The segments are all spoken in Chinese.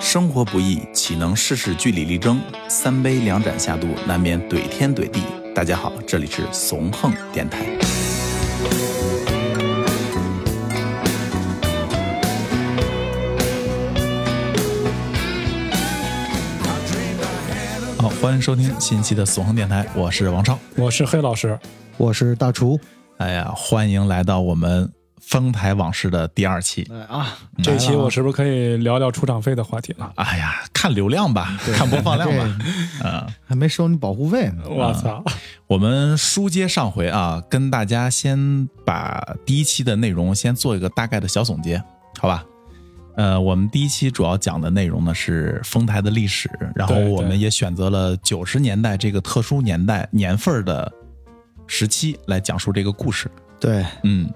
生活不易，岂能事事据理力争？三杯两盏下肚，难免怼天怼地。大家好，这里是怂横电台。好，欢迎收听新一期的怂横电台，我是王超。我是黑老师，我是大厨。哎呀，欢迎来到我们丰台往事的第二期。哎啊，这期我是不是可以聊聊出场费的话题了？哎呀，看流量吧，看播放量吧。嗯，还没收你保护费呢。我操！我们书接上回啊，跟大家先把第一期的内容先做一个大概的小总结，好吧？呃，我们第一期主要讲的内容呢是丰台的历史，然后对对我们也选择了九十年代这个特殊年代年份儿的时期来讲述这个故事。对，嗯，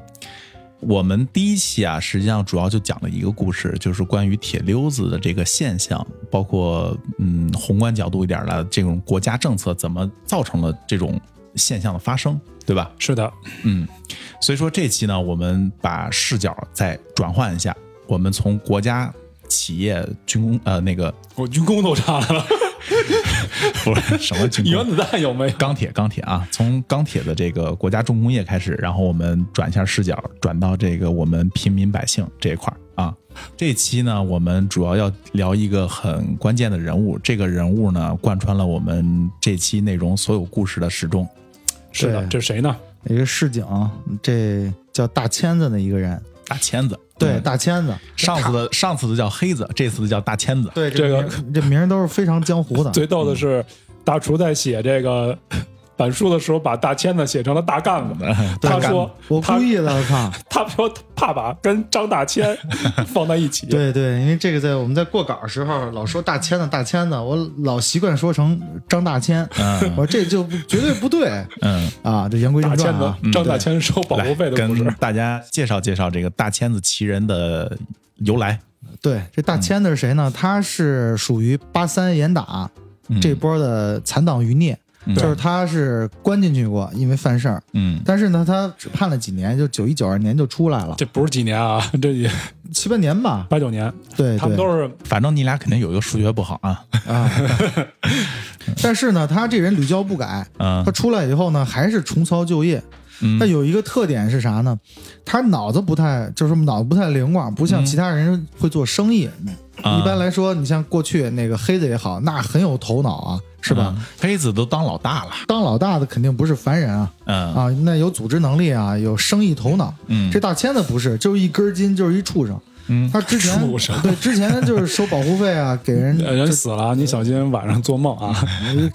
我们第一期啊，实际上主要就讲了一个故事，就是关于铁溜子的这个现象，包括嗯宏观角度一点儿的这种国家政策怎么造成了这种现象的发生，对吧？是的，嗯，所以说这期呢，我们把视角再转换一下，我们从国家、企业、军工呃那个 我军工都炸 了，不是什么军原工。子弹 有没有？钢铁，钢铁啊！从钢铁的这个国家重工业开始，然后我们转一下视角，转到这个我们平民百姓这一块儿啊。这期呢，我们主要要聊一个很关键的人物，这个人物呢，贯穿了我们这期内容所有故事的始终。是的，对这是谁呢？一个市井，这叫大签子的一个人。大签子，对，嗯大签子。上次的上次的叫黑子，这次的叫大签子。对这个名儿这名儿都是非常江湖的。最逗的嗯是，大厨在写这个 板书的时候，把大签子写成了大干子。他说我他故意的，我 操！他说他怕把跟张大千放在一起。对对，因为这个在我们在过稿的时候老说大签子大签子，我老习惯说成张大千，嗯我说这就不绝对不对嗯，啊！这言归大正签传子啊，，张大千收保护费的故跟事。大家介绍介绍这个大签子奇人的由来。对，这大签子是谁呢？他是属于八三严打嗯这波的残党余孽，嗯就是他是关进去过，因为犯事儿，嗯但是呢，他只判了几年，就九一九二年就出来了，这不是几年啊，这也七八年吧。八九年，对，他们对都是反正你俩肯定有一个数学不好啊。啊。 但是呢，他这人屡教不改，嗯他出来以后呢，还是重操旧业。嗯但有一个特点是啥呢？他脑子不太，就是脑子不太灵光，不像其他人会做生意。嗯啊一般来说，你像过去那个黑子也好，那很有头脑啊，是吧？嗯？黑子都当老大了。当老大的肯定不是凡人啊，嗯啊，那有组织能力啊，有生意头脑。嗯，这大签子不是，就是一根筋，就是一畜生。嗯他之前畜生对之前就是收保护费啊，给人呃人死了，你小心晚上做梦啊。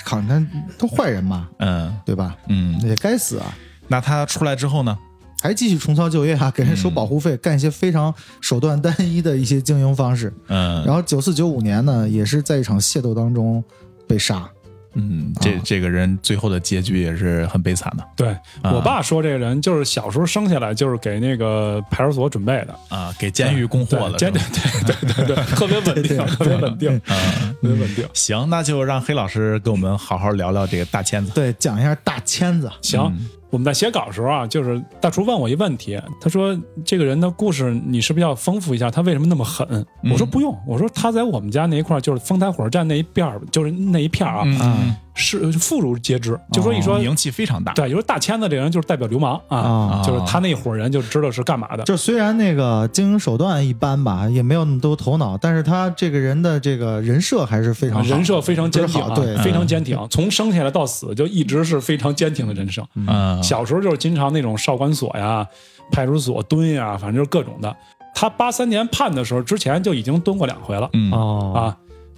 扛他都坏人嘛，嗯对吧？嗯，也该死啊！那他出来之后呢？还继续重操旧业啊，给人收保护费，干一些非常手段单一的一些经营方式。嗯然后九四九五年呢，也是在一场械斗当中被杀。嗯，这啊这个人最后的结局也是很悲惨的对啊我爸说，这个人就是小时候生下来就是给那个派出所准备的，啊，给监狱供货了。对是对吧对对对对，特别稳定，特别稳定，嗯，特别稳定。行，那就让黑老师跟我们好好聊聊这个大签子。对，讲一下大签子。嗯行，我们在写稿的时候啊，就是大厨问我一问题，他说这个人的故事你是不是要丰富一下？他为什么那么嗯狠？我说不用，我说他在我们家那一块儿，就是丰台火车站那一边儿，就是那一片儿啊，嗯，哦是妇孺皆知，就说一说。名气非常大。对，就是大签子这人就是代表流氓啊，哦啊就是他那一伙人就知道是干嘛的。就虽然那个经营手段一般吧，也没有那么多头脑，但是他这个人的这个人设还是非常好人设非常坚挺、啊，不是好对嗯非常坚挺，从生下来到死就一直是非常坚挺的人生。啊嗯，小时候就是经常那种少管所呀、派出所蹲呀，反正就是各种的。他八三年判的时候，之前就已经蹲过两回了、嗯哦啊。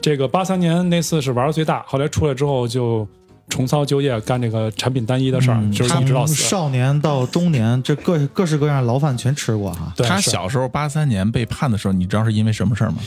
这个八三年那次是玩的最大，后来出来之后就重操旧业，干这个产品单一的事嗯儿，就是一直到从死。少年到中年，这各各式各样的牢饭全吃过哈。对，他是小时候八三年被判的时候，你知道是因为什么事儿吗？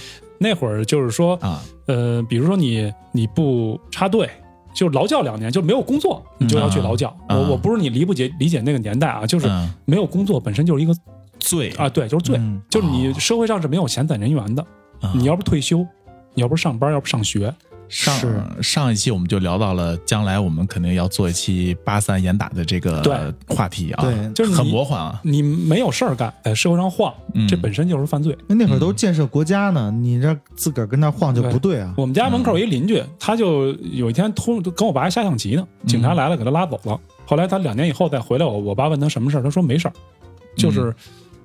那会儿就是说，啊，呃，比如说你你不插队，就劳教两年就没有工作，你就要去劳教。嗯啊我我不是你理不解理解那个年代啊，就是嗯没有工作本身就是一个罪啊，对，就是罪，嗯就是你社会上是没有闲散人员的。哦啊你要不退休，你要不上班，要不上学，是上上一期我们就聊到了，将来我们肯定要做一期八三严打的这个对话题啊，对就是你很魔幻啊，你没有事儿干，在社会上晃嗯，这本身就是犯罪。那会儿都建设国家呢，嗯你这自个儿跟那儿晃就不对啊。我们家门口有一邻居，他就有一天突跟我爸下象棋呢，嗯警察来了给他拉走了。后来他两年以后再回来，我我爸问他什么事儿，他说没事儿，嗯就是、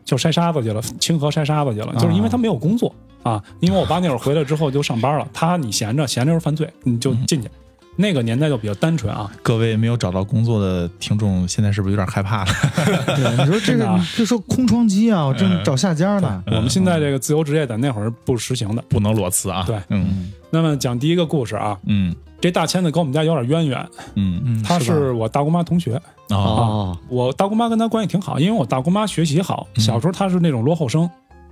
就筛沙子去了，清河筛沙子去啊了，就是因为他没有工作啊。因为我爸那会儿回来之后就上班了，他你闲着闲着就是犯罪，你就进去。嗯那个年代就比较单纯啊，各位没有找到工作的听众，现在是不是有点害怕了？对，你说这真个的啊嗯你就说空窗期啊，我正找下家呢。我们现在这个自由职业在那会儿不实行的。 不能裸辞啊！对嗯嗯那么讲第一个故事啊，嗯这大千子跟我们家有点渊源，嗯嗯，他是是我大姑妈同学。啊、吧哦、哦，我大姑妈跟她关系挺好，因为我大姑妈学习好，嗯小时候她是那种落后生，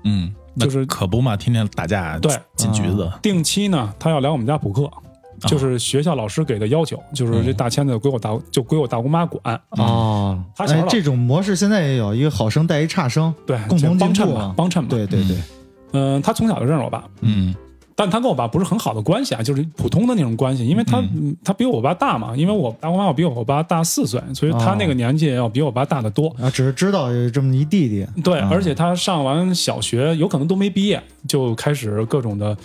嗯，那就是可不嘛，天天打架，对进局子，定期呢她要来我们家补课，啊就是学校老师给的要求，就是这大签子归我嗯大就归我大姑妈管，啊哦，嗯他小时哎候，这种模式现在也有一个好生带一差生，对，共同就帮进衬步嘛啊，帮衬嘛。对对对，嗯、她从小就认识我爸，嗯但她跟我爸不是很好的关系啊，就是普通的那种关系，因为她、嗯她比我爸大嘛，因为我大姑妈要比我爸大四岁，所以她哦那个年纪要比我爸大得多。啊，只是知道有这么一弟弟，对，而且他上完小学有可能都没毕业，就开始各种的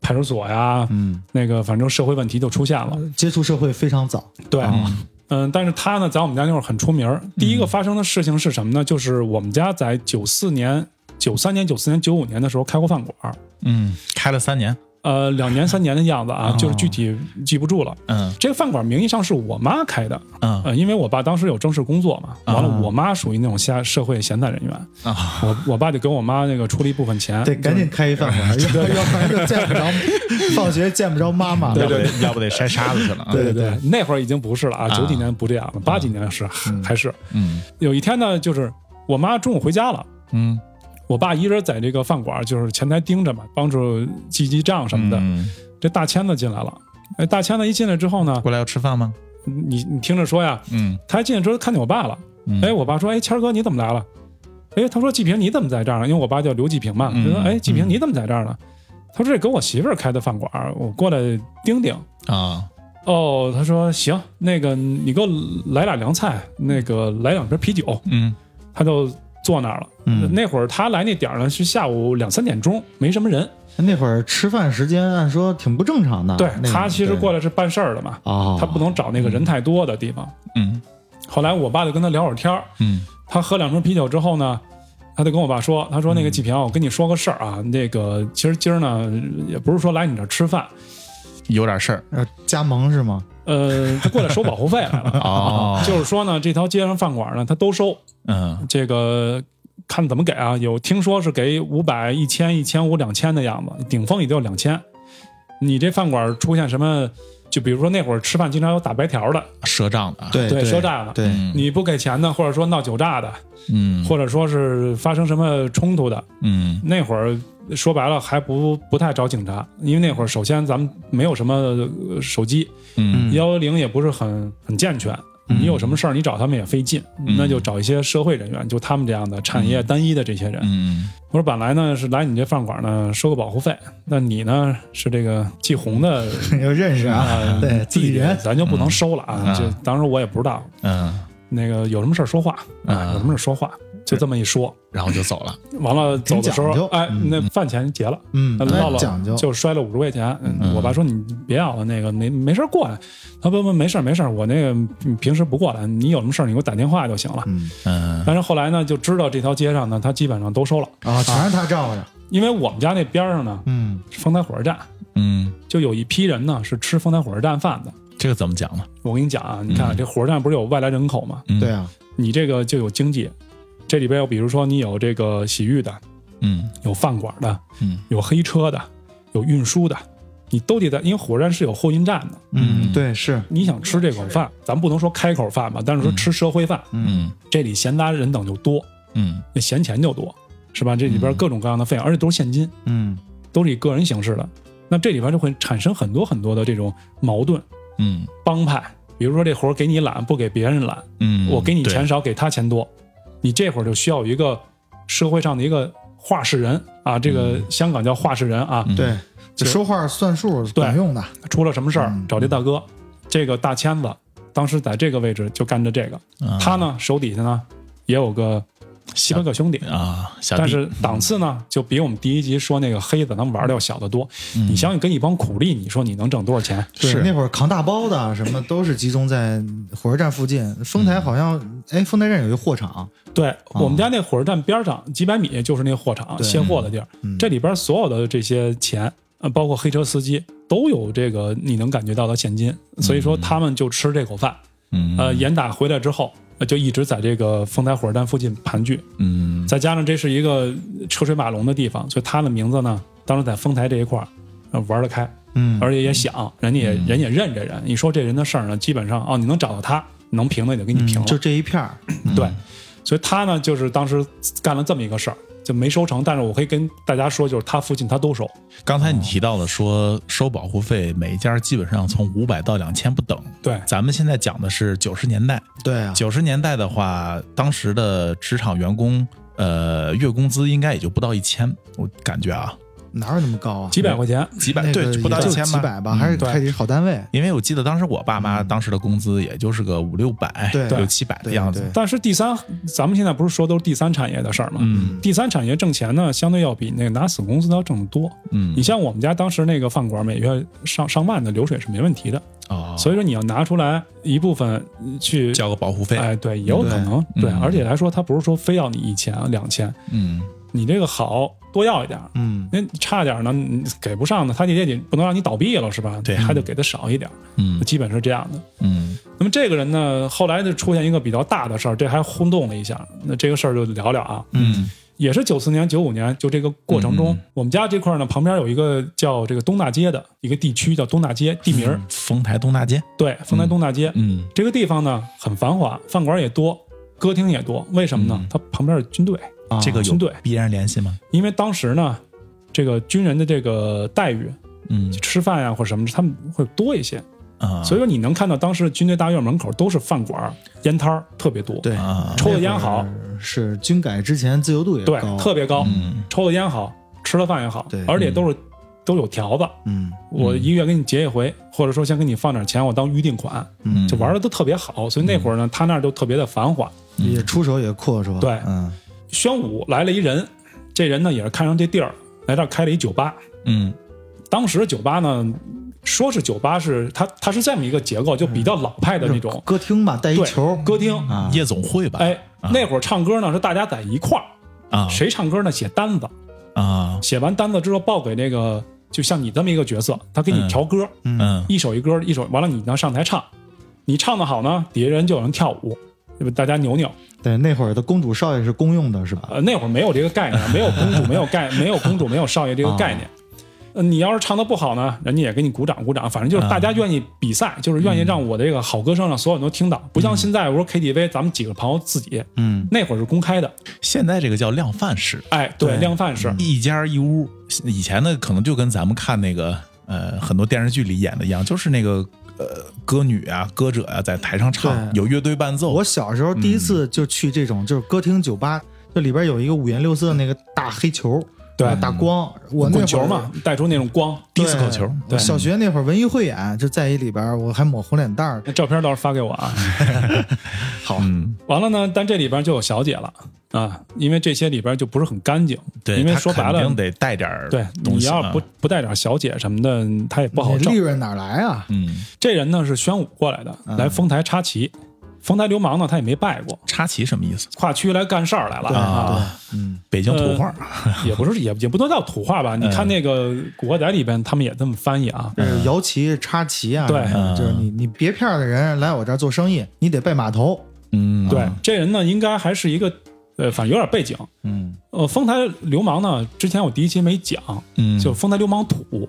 派出所呀，嗯，那个反正社会问题就出现了。接触社会非常早，对，啊嗯，但是他呢，在我们家那会儿很出名儿。第一个发生的事情是什么呢？就是我们家在九四年、九三年、九四年、九五年的时候开过饭馆儿，嗯，开了三年，呃，两年三年的样子哦啊，就是具体记不住了。嗯这个饭馆名义上是我妈开的，嗯呃，因为我爸当时有正式工作嘛，完啊了我妈属于那种下社会闲散人员，啊，我我爸就给我妈那个出了一部分钱，得赶紧开一饭馆，要要不然就见不着，放学见不着妈妈了。要不得要不得筛沙子去了啊，对对对，那会儿已经不是了啊，啊九几年不这样了，八几年是还是。嗯有一天呢，就是我妈中午回家了，嗯我爸一人在这个饭馆，就是前台盯着嘛，帮助记记账什么的。嗯，这大签子进来了，哎，大签子一进来之后呢，过来要吃饭吗？你你听着说呀，嗯他一进来之后看见我爸了，嗯，哎，我爸说，哎，谦儿哥你怎么来了？哎，他说季平你怎么在这儿呢？因为我爸叫刘季平嘛，嗯就说哎，季平嗯你怎么在这儿呢？他说这跟我媳妇儿开的饭馆，我过来盯盯。啊哦，他说行，那个你给我来俩凉菜，那个来两瓶啤酒，嗯他就坐那儿了。嗯那会儿他来那点儿呢是下午两三点钟，没什么人。那会儿吃饭时间按说挺不正常的，对啊那他其实过来是办事儿的嘛，哦，他不能找那个人太多的地方。嗯后来我爸就跟他聊会儿天儿，嗯他喝两瓶啤酒之后呢，他就跟我爸说：“他说那个季平啊，我跟你说个事儿啊，那个其实今儿呢也不是说来你这儿吃饭，有点事儿呃加盟是吗？呃，他过来收保护费 来了。哦，就是说呢，这条街上饭馆呢，他都收。”嗯这个看怎么给啊？有听说是给五百、一千、一千五、两千的样子，顶峰也就两千。你这饭馆出现什么？就比如说那会儿吃饭经常有打白条的，赊账的啊，哎对对，赊诈的，对，嗯你不给钱的，或者说闹酒诈的，嗯或者说是发生什么冲突的，嗯那会儿说白了还不不太找警察，因为那会儿首先咱们没有什么呃手机，嗯幺幺零也不是很很健全，嗯你有什么事儿你找他们也费劲，那就找一些社会人员，就他们这样的产业单一的这些人。嗯我说本来呢是来你这饭馆呢收个保护费，那你呢是这个季红 的又认识啊，嗯对自己人，咱就不能收了啊嗯。这当时我也不知道，嗯，那个有什么事儿说话嗯啊，有什么事儿说话，就这么一说。然后就走了，完了走的时挺讲究候，哎，嗯那饭钱结了，嗯，那唠那唠讲究，就摔了五十块钱。嗯我爸说你别要了，那个没没事儿过来。他说不不没事儿没事儿，我那个嗯平时不过来，你有什么事儿你给我打电话就行了。嗯嗯但是后来呢，就知道这条街上呢，他基本上都收了，啊，全是他罩着，因为我们家那边儿上呢嗯，是丰台火车站，嗯，就有一批人呢是吃丰台火车站饭的。这个怎么讲呢？我跟你讲啊，你看啊这火车站不是有外来人口吗？嗯对啊，你这个就有经济，这里边有比如说你有这个洗浴的，嗯有饭馆的，嗯有黑车的，有运输的，你都得在，因为火车站是有货运站的。嗯，对是，你想吃这口饭，咱不能说开口饭吧，但是说吃社会饭，嗯这里闲杂人等就多，嗯那闲钱就多，是吧？这里边各种各样的费用，而且都是现金，嗯都是以个人形式的。那这里边就会产生很多很多的这种矛盾，嗯帮派，比如说这活儿给你揽，不给别人揽，嗯，我给你对钱少，给他钱多，你这会儿就需要有一个社会上的一个话事人啊，这个香港叫话事人嗯啊，对，就说话算数管用的，出了什么事儿嗯找这大哥，这个大签子当时在这个位置就干着这个，啊他呢手底下呢也有个七八个兄弟。啊，小弟但是档次呢，就比我们第一集说那个黑子能玩的要小得多。你想想，跟一帮苦力，你说你能挣多少钱？对嗯是那会儿扛大包的什么都是集中在火车站附近，丰台好像嗯哎，丰台站有一货场，对我们家那火车站边上几百米就是那货场哦对卸货的地儿，嗯这里边所有的这些钱，呃，包括黑车司机都有这个你能感觉到的现金，嗯所以说他们就吃这口饭。嗯呃，严打回来之后，呃就一直在这个丰台火车站附近盘踞，嗯再加上这是一个车水马龙的地方，所以他的名字呢，当时在丰台这一块儿、呃、玩得开，嗯，而且也响，人家也、人也认这人。你说这人的事儿呢，基本上哦，你能找到他，能评的也就给你评了。嗯就这一片儿，嗯对，所以他呢，就是当时干了这么一个事儿，就没收成。但是我可以跟大家说，就是他父亲他都收，刚才哦你提到了说收保护费，每一家基本上从五百到两千不等。对咱们现在讲的是九十年代，对啊，九十年代的话，当时的职场员工，呃，月工资应该也就不到一千，我感觉啊，哪有那么高啊？几百块钱。几百、那个对，不到也一就千几百吧，嗯还是对还得好单位，因为我记得当时我爸妈当时的工资也就是个五六百、对六七百的对样子对。但是第三，咱们现在不是说都是第三产业的事儿吗？嗯第三产业挣钱呢，相对要比那个拿死工资的要挣得多。嗯你，像我们家当时那个饭馆，每月上上万的流水是没问题的，哦，所以说你要拿出来一部分去，交个保护费，哎，对，也有可能，对对，嗯而且来说，他不是说非要你一千啊两千，嗯你这个好多要一点儿，嗯，那差点儿呢你给不上呢，他也得不能让你倒闭了是吧？对还得给他少一点儿，嗯基本是这样的。嗯那么这个人呢，后来就出现一个比较大的事儿，这还轰动了一下。那这个事儿就聊聊啊，嗯也是九四年、九五年，就这个过程中，嗯我们家这块儿呢，旁边有一个叫这个东大街的一个地区，叫东大街，地名儿、嗯，丰台东大街，对，丰台东大街。嗯这个地方呢很繁华，饭馆也多，歌厅也多。为什么呢？嗯它旁边是军队，啊这个有军队必然联系吗？因为当时呢，这个军人的这个待遇，嗯吃饭呀、或者什么，他们会多一些。啊，所以说你能看到当时的军队大院门口都是饭馆儿、烟摊儿特别多，对，啊，抽的烟好，是军改之前自由度也对高，特别高，嗯抽的烟好，吃的饭也好对，而且都是、都有条子。嗯我一个月给你结一回，或者说先给你放点钱，我当预定款，嗯，就玩的都特别好。所以那会儿呢，他那儿就特别的繁华。也出手也阔绰，嗯对嗯宣武来了一人，这人呢也是看上这地儿，来这儿开了一酒吧。嗯当时酒吧呢，说是酒吧是它它是这么一个结构，就比较老派的那种，歌厅吧，带一对球，嗯歌厅。啊，夜总会吧，哎，嗯那会儿唱歌呢是大家在一块儿，啊谁唱歌呢写单子，啊写完单子之后报给那个就像你这么一个角色，他给你调歌，嗯一首一歌，一首完了你呢上台唱，你唱的好呢，底下人就有人跳舞。对吧大家扭扭，对，那会儿的公主少爷是公用的，是吧？呃，那会儿没有这个概念，没有公主，没有概，没有公主，没有少爷这个概哦念。呃，你要是唱的不好呢，人家也给你鼓掌鼓掌，反正就是大嗯家愿意比赛，就是愿意让我这个好歌声让所有人都听到，不嗯像现在我说 KTV，咱们几个朋友自己，嗯，那会儿是公开的，现在这个叫量贩式，哎，对，对量贩式，一家一屋。以前呢，可能就跟咱们看那个呃很多电视剧里演的一样，就是那个呃歌女啊、歌者啊在台上唱，对有乐队伴奏。我小时候第一次嗯就去这种就是歌厅酒吧，就里边有一个五颜六色的那个大黑球，对大啊光，我那呃滚会球儿嘛，带出那种光，迪对斯科球对小学那会儿文艺汇演就在一里边，我还抹红脸蛋儿。那照片到时候发给我 啊。好，嗯，完了呢，但这里边就有小姐了啊，因为这些里边就不是很干净，对，因为他说白肯了定，得带点儿对东你西要啊不不带点小姐什么的，他也不好你利挣。润哪来啊？嗯这人呢是宣武过来的，来丰台插旗，丰台流氓呢他也没拜过，插旗什么意思跨区来干事儿来了啊，啊？北京土话也不是 也也不能叫土话吧？嗯你看那个《古惑仔》里边他们也这么翻译啊，就是摇旗插旗啊，对嗯就是你你别片儿的人来我这儿做生意，你得拜码头，嗯，对，这人呢应该还是一个呃，反正有点背景。嗯，呃，丰台流氓呢，之前我第一期没讲，嗯，就是丰台流氓土。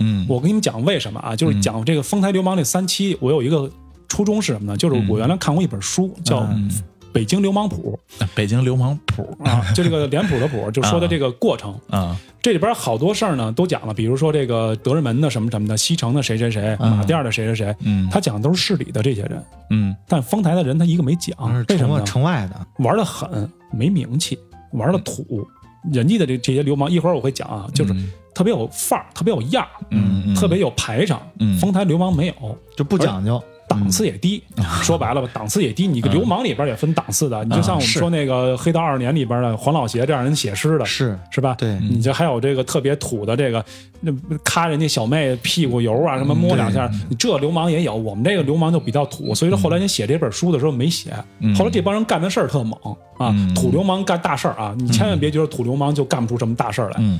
嗯我跟你们讲为什么啊？就是讲这个丰台流氓这三期，我有一个初衷是什么呢？就是我原来看过一本书叫嗯《北京流氓谱北京流氓谱》啊，就这个脸谱的谱，就说的这个过程。啊，这里边好多事儿呢都讲了，比如说这个德胜门的什么什么的，西城的谁谁谁，马甸的谁谁谁，嗯他讲的都是市里的这些人，嗯但丰台的人他一个没讲是，啊为什城么外呢？城外的，玩的狠，没名气，玩的土，人家的这这些流氓，一会儿我会讲啊，就是嗯特别有范儿，特别有样儿，嗯嗯特别有排场。嗯丰台流氓没有，就不讲究。档次也低。嗯 说白了吧，档次也低。你个流氓里边也分档次的，你就像我们是说那个《黑道二十年》里边的黄老邪这样人写诗的，是是吧？对嗯你这还有这个特别土的这个，那咔人家小妹屁股油啊，什嗯么摸两下，你这流氓也有。我们这个流氓就比较土，嗯所以说后来人写这本书的时候没写。后来这帮人干的事儿特猛啊嗯，土流氓干大事儿啊，你千万别觉得土流氓就干不出什么大事儿来。嗯，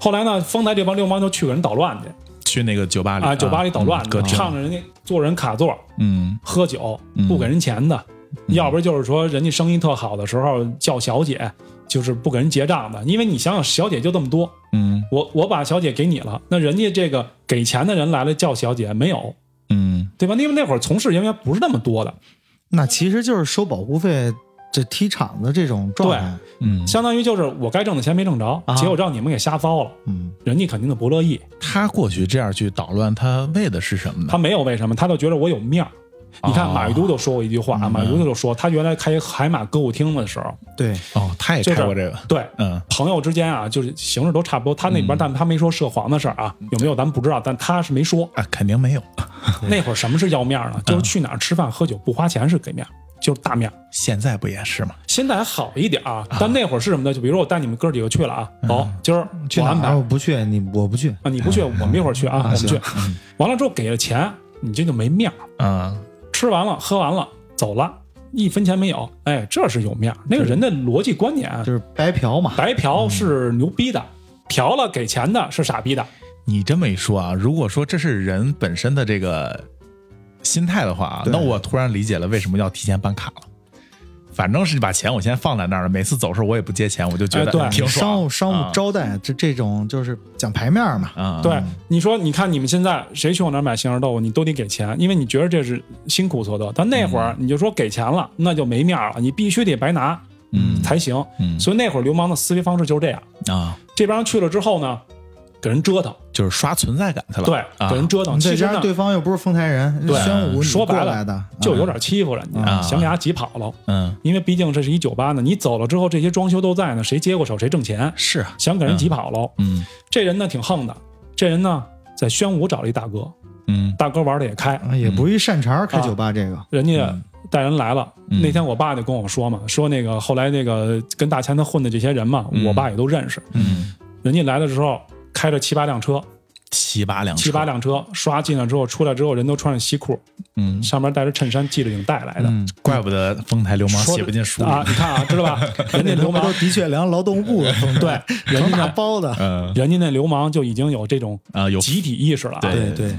后来呢，丰台这帮流氓就去给人捣乱去去那个酒吧里啊，酒吧里捣乱嗯去，歌厅，唱着人家坐人卡座，嗯喝酒嗯不给人钱的，要不然就是说人家生意特好的时候叫小姐，就是不给人结账的，因为你想想小姐就这么多，嗯我我把小姐给你了，那人家这个给钱的人来了叫小姐没有，嗯对吧？因为那会儿从事人员不是那么多的，那其实就是收保护费，这踢场的这种状态。嗯，相当于就是我该挣的钱没挣着，啊结果让你们给瞎糟了，嗯，人家肯定就不乐意。他过去这样去捣乱，他为的是什么呢？他没有为什么，他就觉得我有面儿。你看哦马玉都就说过一句嗯话，马玉都就说他原来开海马歌舞厅的时候，对，哦，他也就开是过这个，对，嗯朋友之间啊，就是形式都差不多。他那边，但他没说涉黄的事儿嗯啊，有没有咱们不知道，但他是没说。啊，肯定没有那会儿什么是要面儿呢？嗯就是去哪儿吃饭喝酒不花钱是给面儿，就是大面儿。现在不也是吗？现在还好一点啊，但那会儿是什么呢？就比如说我带你们哥几个去了啊，走，今儿嗯去我哪安排儿？我啊不去，你我不去。啊，你不去，我们一会儿去啊，我们去。嗯完了之后给了钱，你这就没面儿。嗯吃完了，喝完了，走了，一分钱没有。哎，这是有面儿。那个人的逻辑观念，啊就是白嫖嘛，白嫖是牛逼的，嗯嫖了给钱的是傻逼的。你这么一说啊，如果说这是人本身的这个心态的话啊，对那我突然理解了为什么要提前办卡了。反正是把钱我先放在那儿了，每次走的时候我也不接钱，我就觉哎对得挺商爽。务商啊务招待这这种就是讲牌面嘛。啊，对，你说，你看你们现在谁去我那儿买杏仁豆腐，你都得给钱，因为你觉得这是辛苦所得。但那会儿你就说给钱了，那就没面儿了，你必须得白拿，嗯才行。嗯所以那会儿流氓的思维方式就是这样。啊，这帮人去了之后呢，给人折腾，就是刷存在感去了。对，啊给，人折腾。你再其实加呢上，对方又不是丰台人，对宣武你说白过了来的就有啊点欺负人家，啊想给他挤跑了。嗯，因为毕竟这是一酒吧呢，你走了之后，这些装修都在呢，谁接过手谁挣钱，是啊，想给人挤跑了。嗯这人呢挺横的，这人呢在宣武找了一大哥，嗯大哥玩的也开，啊也不是一擅长开啊酒吧这个。人家带人来了。嗯那天我爸就跟我说嘛，说那个后来那个跟大千他混的这些人嘛，嗯我爸也都认识。嗯，人家来的时候开着七八辆车，啊七八两，七八，辆车刷进来之后，出来之后人都穿着西裤，嗯，上面带着衬衫系着领带来的。嗯，怪不得丰台流氓说写不进书里啊，。你看啊，知道 吧？人家那他流妈氓都的确良劳动部的风格， 对，人成家大那包的。嗯人家那流氓就已经有这种啊，有集体意识了啊，对对对，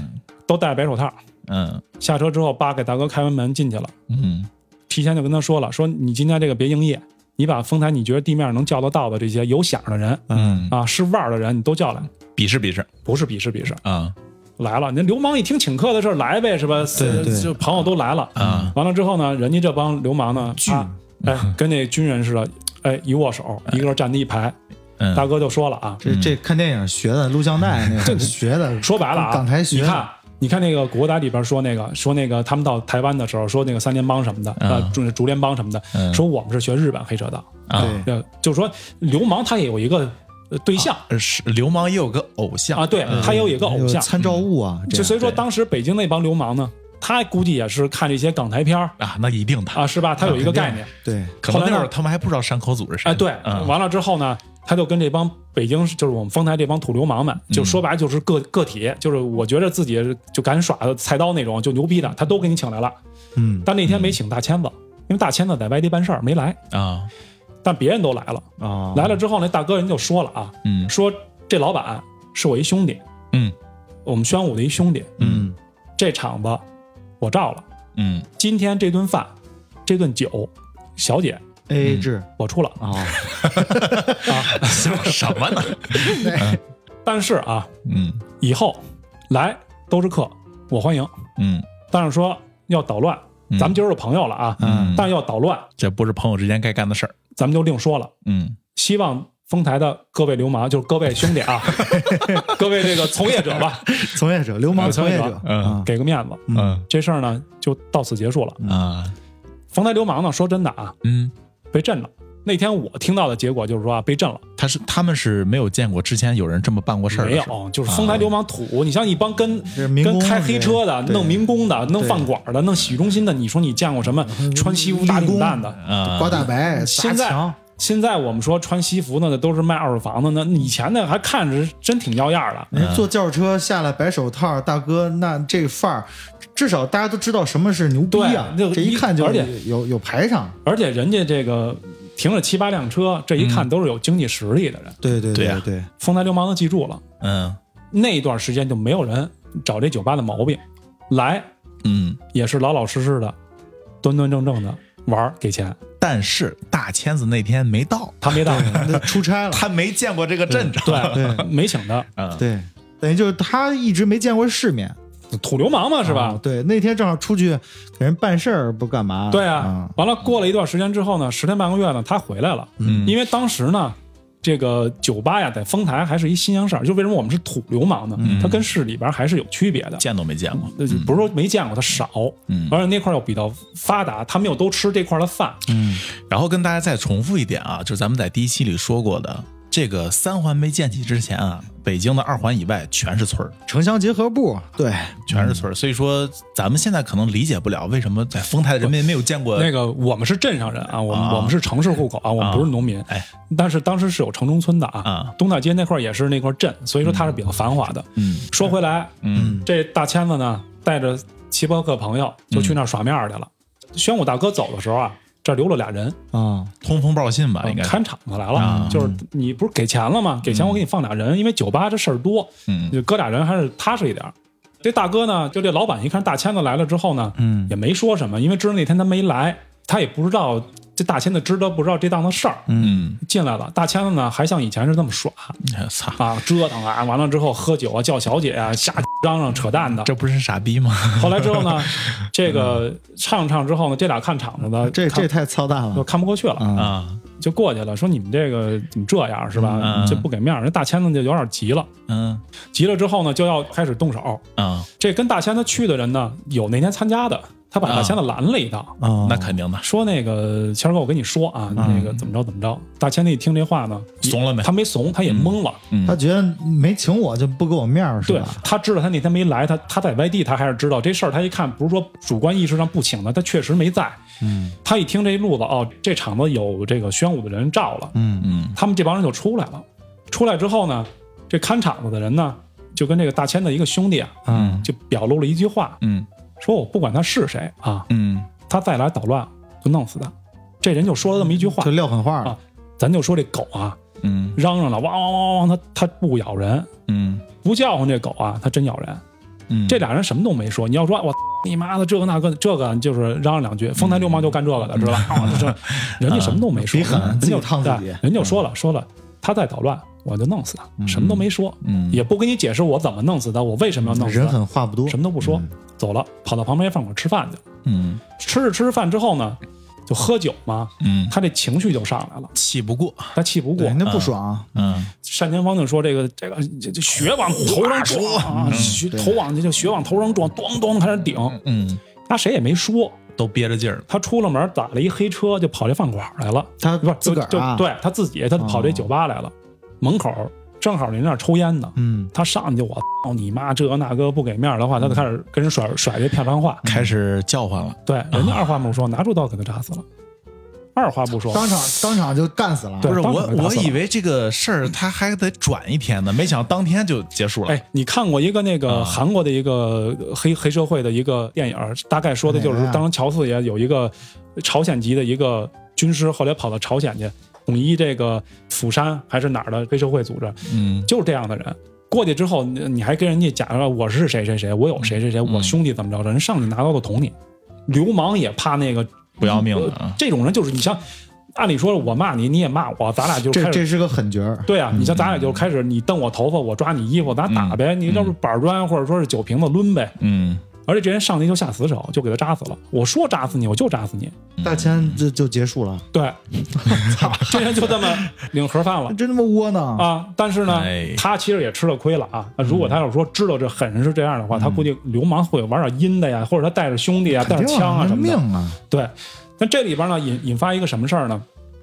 都戴白手套。嗯下车之后，爸给大哥开完门进去了，嗯提前就跟他说了，说你今天这个别营业，你把丰台你觉得地面能叫得到的这些有响的人嗯，啊，是腕儿的人，你都叫来，鄙视鄙视不是鄙视鄙视，啊来了。那流氓一听请客的事儿来呗，是吧？对对就朋友都来了。啊，完了之后呢，人家这帮流氓呢，聚啊，哎，跟那军人似的，哎，一握手，一个人站在一排。嗯大哥就说了啊，这这看电影学的，录 像带那个学的，说白了啊，港台学你的。看。你看那个《古惑仔》里边说那个说那个他们到台湾的时候说那个三联帮什么的，嗯呃竹竹联帮什么的，嗯说我们是学日本黑社道，啊对呃，就是说流氓他也有一个呃对象是流氓也有个偶像啊，对嗯他也有一个还偶有像，嗯参照物啊，这就所以说对当时北京那帮流氓呢，他估计也是看这些港台片儿啊，那一定他，啊，是吧？他有一个概念，对可能后来那呢会儿他们还不知道山口组是谁。哎，对，嗯完了之后呢，他就跟这帮北京就是我们丰台这帮土流氓嗯们，就说白了就是个个体，就是我觉得自己就敢耍菜刀那种就牛逼的，他都给你请来了。嗯，但那天没请大签嗯子，因为大签子在外地办事儿没来，啊，但别人都来了。啊，来了之后，那大哥人就说了哦啊，嗯说这老板是我一兄弟，嗯我们宣武的一兄弟，嗯，这场子我罩了，嗯今天这顿饭，这顿酒，小姐 A A 制我出了啊，啊，嗯，什么 呢？但是啊，嗯以后来都是客，我欢迎，嗯但是说要捣乱，嗯咱们今儿是朋友了啊，嗯但是要捣乱，这不是朋友之间该干的事儿。咱们就另说了。嗯希望丰台的各位流氓，就是各位兄弟 啊，各位这个从业者吧，从业者，流氓从 业从业者者，嗯啊给个面子。嗯这事儿呢，就到此结束了。啊丰台流氓呢，说真的啊，嗯被震了，那天我听到的结果就是说啊，被震了，他是他们是没有见过之前有人这么办过事儿的没是吧，有，就是丰台流氓土。你像一帮跟是民跟工开黑车的、对弄民工的、弄对饭馆的、弄洗浴中心的，你说你见过什么穿西服打领带的？啊，刮大白、砸嗯现在墙，现在我们说穿西服的那都是卖二手房的，那那以前呢还看着真挺要样儿的。人哎坐轿车下来白手套，大哥，那这范儿，至少大家都知道什么是牛逼啊！对那个这一看就而且是有有排场，而且人家这个停了七八辆车，这一看都是有经济实力的人。对对对啊对，丰台流氓都记住了，嗯那一段时间就没有人找这酒吧的毛病，来嗯，也是老老实实的，端端正正的玩儿给钱，但是大签子那天没到，他没当。 那出差 了，他没见过这个阵仗，对，对没请他， 嗯，对，等于就是他一直没见过世面，土流氓嘛是吧啊？对，那天正好出去给人办事儿，不干嘛？对啊，完了过了一段时间之后呢，十天半个月呢，他回来了，嗯因为当时呢，这个酒吧呀，在丰台还是一新洋事儿，就为什么我们是土流氓呢？它跟市里边还是有区别的。见都没见过，呃不是说没见过，它少，嗯而且那块儿又比较发达，他们又都吃这块儿的饭，然后跟大家再重复一点啊，就是咱们在第一期里说过的，这个三环没建起之前啊，北京的二环以外全是村儿，城乡结合部，对，全是村儿，所以说咱们现在可能理解不了为什么在丰台的人民没有见过那个我们是镇上人啊，我们、呃啊我们是城市户口啊，我们不是农民。哎，但是当时是有城中村的啊，啊东大街那块儿也是那块儿镇，所以说它是比较繁华的。嗯说回来，嗯这大签子呢带着七八个朋友就去那儿耍面儿去了。宣武大哥走的时候啊，这儿留了俩人，啊，通风报信吧，应该是看场子来了。啊就是你不是给钱了吗？给钱我给你放俩人，因为酒吧这事儿多，嗯就搁俩人还是踏实一点儿。这大哥呢，就这老板一看大签子来了之后呢，嗯也没说什么，因为知道那天他没来，他也不知道这大签子知道不知道这档子事儿。嗯，进来了，大签子呢还像以前是那么耍操，啊，折腾啊，完了之后喝酒啊，叫小姐啊，瞎嚷嚷扯淡的。这不是傻逼吗？后来之后呢，这个唱唱之后呢，这俩看场子的这看这太操蛋就了看不过去了，啊！啊，就过去了，说你们这个怎么这样是吧嗯？这不给面儿，人大签子就有点急了，嗯急了之后呢，就要开始动手。啊，这跟大签子去的人呢，有那天参加的，他把大签子拦了一道，啊嗯那肯定的，说嗯那个谦儿哥，我跟你说啊，那个怎么着怎么着。大签子一听这话呢，怂了没？他没怂，他也懵了。他觉得没请我就不给我面儿嗯是对吧？他知道他那天没来，他他在外地，他还是知道这事儿。他一看，不是说主观意识上不请的，他确实没在。嗯他一听这一路子，哦，这场子有这个宣武的人罩了，嗯嗯他们这帮人就出来了。出来之后呢，这看场子的人呢，就跟这个大千的一个兄弟啊，嗯就表露了一句话，嗯说我不管他是谁啊，嗯他再来捣乱，就弄死他。这人就说了这么一句话就，撂狠话了啊，咱就说这狗啊，嗯嚷嚷了，汪汪汪汪，它它不咬人，嗯不叫唤这狗啊，它真咬人。嗯，这俩人什么都没说。你要说我操你妈的这个那个这个，就是嚷嚷两句。丰台流氓就干这个的，知道吧？啊 这人家什么都没说，比嗯狠人自己就烫自己嗯对人就说了说了，他再捣乱，我就弄死他，什么都没说，嗯也不跟你解释我怎么弄死他，我为什么要弄死人他，狠嗯话不多，什么都不说，走了，跑到旁边饭馆吃饭去了。嗯吃着吃着饭之后呢，就喝酒嘛，嗯，他这情绪就上来了，气不过，他气不过嗯对，，那不爽，嗯单田芳就说：“这个这个这这血往头上撞嗯啊，血头往这就血往头上撞，咣咣开始顶。嗯，他谁也没说，都憋着劲儿了，他出了门打了一黑车，就跑这饭馆来了。他不是自就个就儿啊，，哦对他自己，他跑这酒吧来了。门口正好人那儿抽烟呢，嗯，他上去就我操你妈这个那个不给面儿的话，他就开始跟人甩甩这漂亮话。嗯开始叫唤了，对，人家二话不说，拿出刀给他扎死了。二话不说，当场当场就干死了，对不是当我场就打我死了以为这个事儿他还得转一天呢，没想到当天就结束了，哎，你看过一个那啊个韩国的一个黑、黑社会的一个电影儿，大概说的就是哪哎个呀当时乔四爷有一个朝鲜籍的一个军师，后来跑到朝鲜去统一这个釜山还是哪儿的黑社会组织，嗯就是这样的人。过去之后，你你还跟人家假装我是谁谁谁，我有谁谁谁，我兄弟怎么着的，人上去拿刀就捅你。流氓也怕那个不要命的啊这种人，就是你像，按理说我骂你，你也骂我，咱俩就开这始这是个狠角儿，对啊，你像咱俩就开始，你蹬我头发，我抓你衣服，咱打呗。你要是板砖或者说是酒瓶子抡呗。嗯而且这人上去就下死手，就给他扎死了。我说扎死你，我就扎死你。大千就就结束了，对，这人就这么领盒 饭了真他妈窝囊！啊！但是呢哎，他其实也吃了亏了啊。如果他要是说知道这狠人是这样的话，他估计流氓会玩点阴的呀，或者他带着兄弟啊，带肯着定枪啊那什么命的。啊，对，那这里边呢引引发一个什么事儿呢？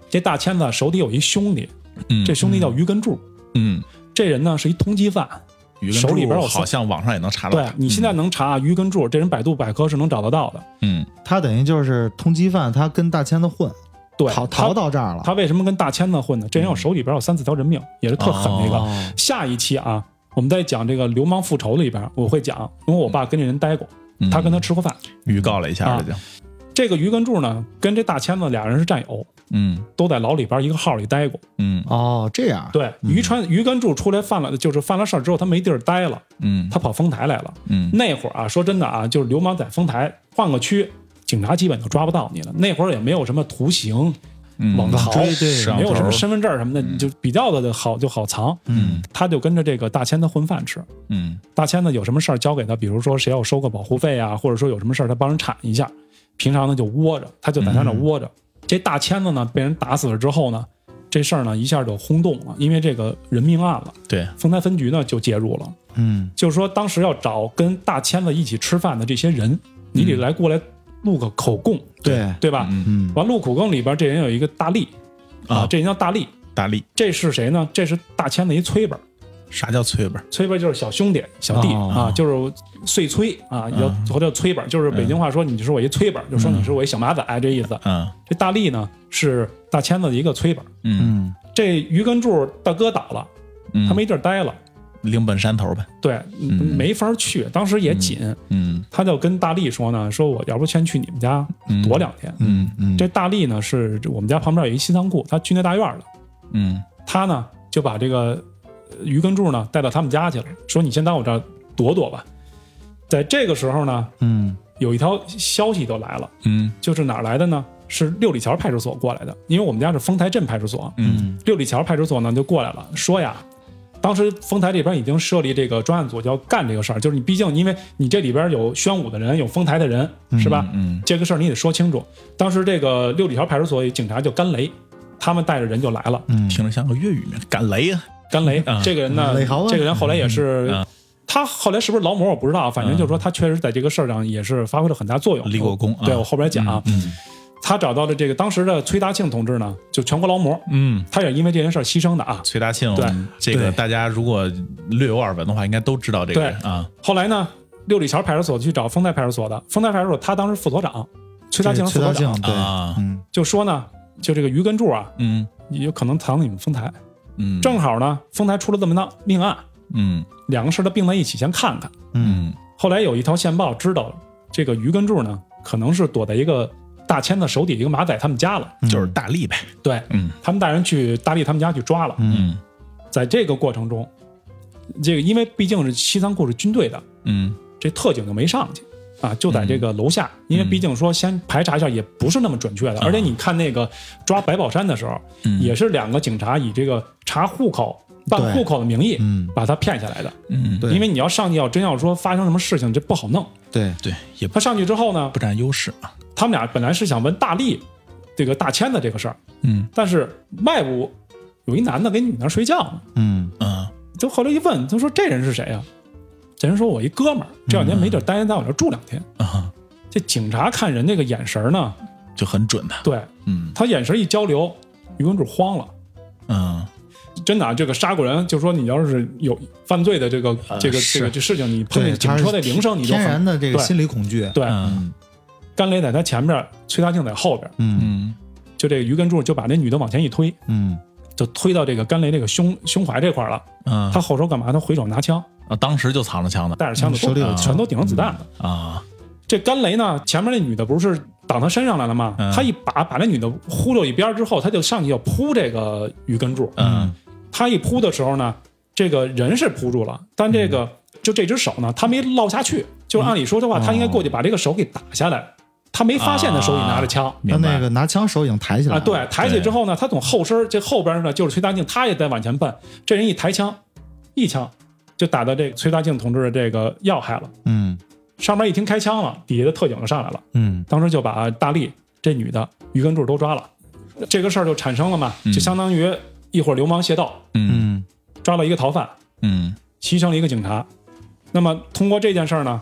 这大签子手底有一兄弟，嗯这兄弟叫于根柱，嗯，这人呢是一通缉犯。于根手里边柱有好像网上也能查嗯到对啊他，你现在能查于根柱，这人百度百科是能找得到的。嗯他等于就是通缉犯，他跟大千子混，对，逃他逃到这儿了。嗯他为什么跟大千子混呢？这人有手里边有三四条人命，也是特狠的一个。哦下一期啊，我们在讲这个流氓复仇里边，我会讲，因为我爸跟这人待过，嗯他跟啊他吃过饭。预告了一下了就，这个于根柱呢，跟这大千子俩人是战友，嗯都在牢里边一个号里待过。嗯哦，这样，对，于川于根柱出来犯了，就是犯了事儿之后，他没地儿待了，嗯他跑丰台来了。嗯那会儿啊，说真的啊，就是流氓在丰台换个区，警察基本就抓不到你了。那会儿也没有什么图形，嗯，往逃追对摄像没有什头嗯么身份证什么的，你就比较的好就好藏。嗯，他就跟着这个大千子混饭吃。嗯大千呢有什么事儿交给他，比如说谁要收个保护费啊，或者说有什么事儿他帮人铲一下。平常呢就窝着，他就在他那窝着。嗯这大千子呢被人打死了之后呢，这事儿呢一下就轰动了，因为这个人命案了。对，丰台分局呢就介入了，嗯，就是说当时要找跟大千子一起吃饭的这些人，你得来过来录个口供，对，对吧？嗯嗯，完录口供里边这人有一个大力啊这人叫大力，大力这是谁呢？这是大千子一崔本。啥叫崔本？崔本就是小兄弟、小弟、哦啊，就是碎崔啊，要嗯或者叫崔本，就是北京话说你是我一崔本，就说你是我一小马仔这意思。嗯这大力呢是大千子的一个崔本，嗯嗯，这于根柱大哥倒了，嗯，他没地儿待了，领本山头呗，对，没法去，当时也紧，嗯他就跟大力说呢，说我要不先去你们家嗯躲两天。嗯嗯这大力呢是我们家旁边有一西仓库，他军队大院的，嗯他呢就把这个呃于根柱呢带到他们家去了，说你先到我这儿躲躲吧。在这个时候呢，嗯，有一条消息就来了，嗯就是哪儿来的呢？是六里桥派出所过来的，因为我们家是丰台镇派出所，嗯六里桥派出所呢就过来了，说呀，当时丰台这边已经设立这个专案组，就要干这个事儿，就是你毕竟因为你这里边有宣武的人，有丰台的人，是吧？嗯这个事儿你得说清楚。当时这个六里桥派出所警察叫甘雷，他们带着人就来了。嗯，听着像个粤语名，赶雷啊，甘雷嗯这个人呢雷豪，啊这个人后来也是嗯嗯，嗯他后来是不是劳模我不知道，反正就是说他确实在这个事儿上也是发挥了很大作用，立过功啊对我后边讲啊，嗯他找到了这个当时的崔达庆同志呢，就全国劳模，嗯。他也因为这件事儿牺牲的啊。崔大庆对，这个对大家如果略有耳闻的话，应该都知道这个人啊。后来呢，六里桥派出所去找丰台派出所的，丰台派出所他当时副所长，崔达庆是崔副所大长，，庆对，啊嗯，就说呢，就这个于根柱啊，嗯有可能藏在你们丰台，嗯，正好呢，丰台出了这么档命案，嗯两个事儿他并在一起，先看看。嗯后来有一条线报知道了，这个于根柱呢，可能是躲在一个大千的手底一个马仔他们家了。嗯，就是大力呗。对嗯他们带人去大力他们家去抓了。嗯在这个过程中，这个因为毕竟是西仓库是军队的，嗯这特警就没上去啊，就在这个楼下，因为毕竟说先排查一下也不是那么准确的。而且你看那个抓白宝山的时候，嗯也是两个警察以这个查户口、办户口的名义嗯把他骗下来的。嗯，对因为你要上去要真要说发生什么事情，这不好弄。对，对，也不他上去之后呢，不占优势啊。他们俩本来是想问大力这个大千的这个事儿，嗯但是外屋有一男的跟女的睡觉呢，嗯嗯就后来一问，他说这人是谁呀、这人说我一哥们儿，这两天没地儿待，在我这儿住两天。啊，这警察看人这个眼神儿呢，就很准的。对嗯他眼神一交流，于根柱慌了。嗯，真的、啊，这个杀过人，就说你要是有犯罪的这个、呃这个是这个这事情，你碰对，见警他是车的铃声，你就天很然的这个对心理恐惧，对。嗯甘雷在他前边，崔大庆在后边，嗯嗯就这个于根柱就把那女的往前一推，嗯就推到这个甘雷这个胸胸怀这块儿了。嗯，啊他后手干嘛？他回手拿枪，啊当时就藏着枪的带着枪的嗯手里有都枪嗯全都顶着子弹了。啊。这甘雷呢，前面那女的不是挡他身上来了吗？嗯他一把把那女的忽悠一边之后，他就上去要扑这个鱼根柱。嗯他一扑的时候呢，这个人是扑住了，但嗯这个、就这只手呢，他没落下去。就是按理说的话，嗯他应该过去把这个手给打下来，他没发现他啊手里拿着枪。他明白那个拿枪手已经抬起来啊，了，嗯对，抬起之后呢，他从后身儿这后边儿呢，就是崔大庆，他也在往前奔。这人一抬枪，一枪就打到这个崔大庆同志的这个要害了。嗯上面一听开枪了，底下的特警就上来了，嗯当时就把大力这女的于根柱都抓了。这个事儿就产生了嘛，嗯就相当于一伙流氓械斗嗯嗯抓了一个逃犯，嗯牺牲了一个警察。那么通过这件事儿呢，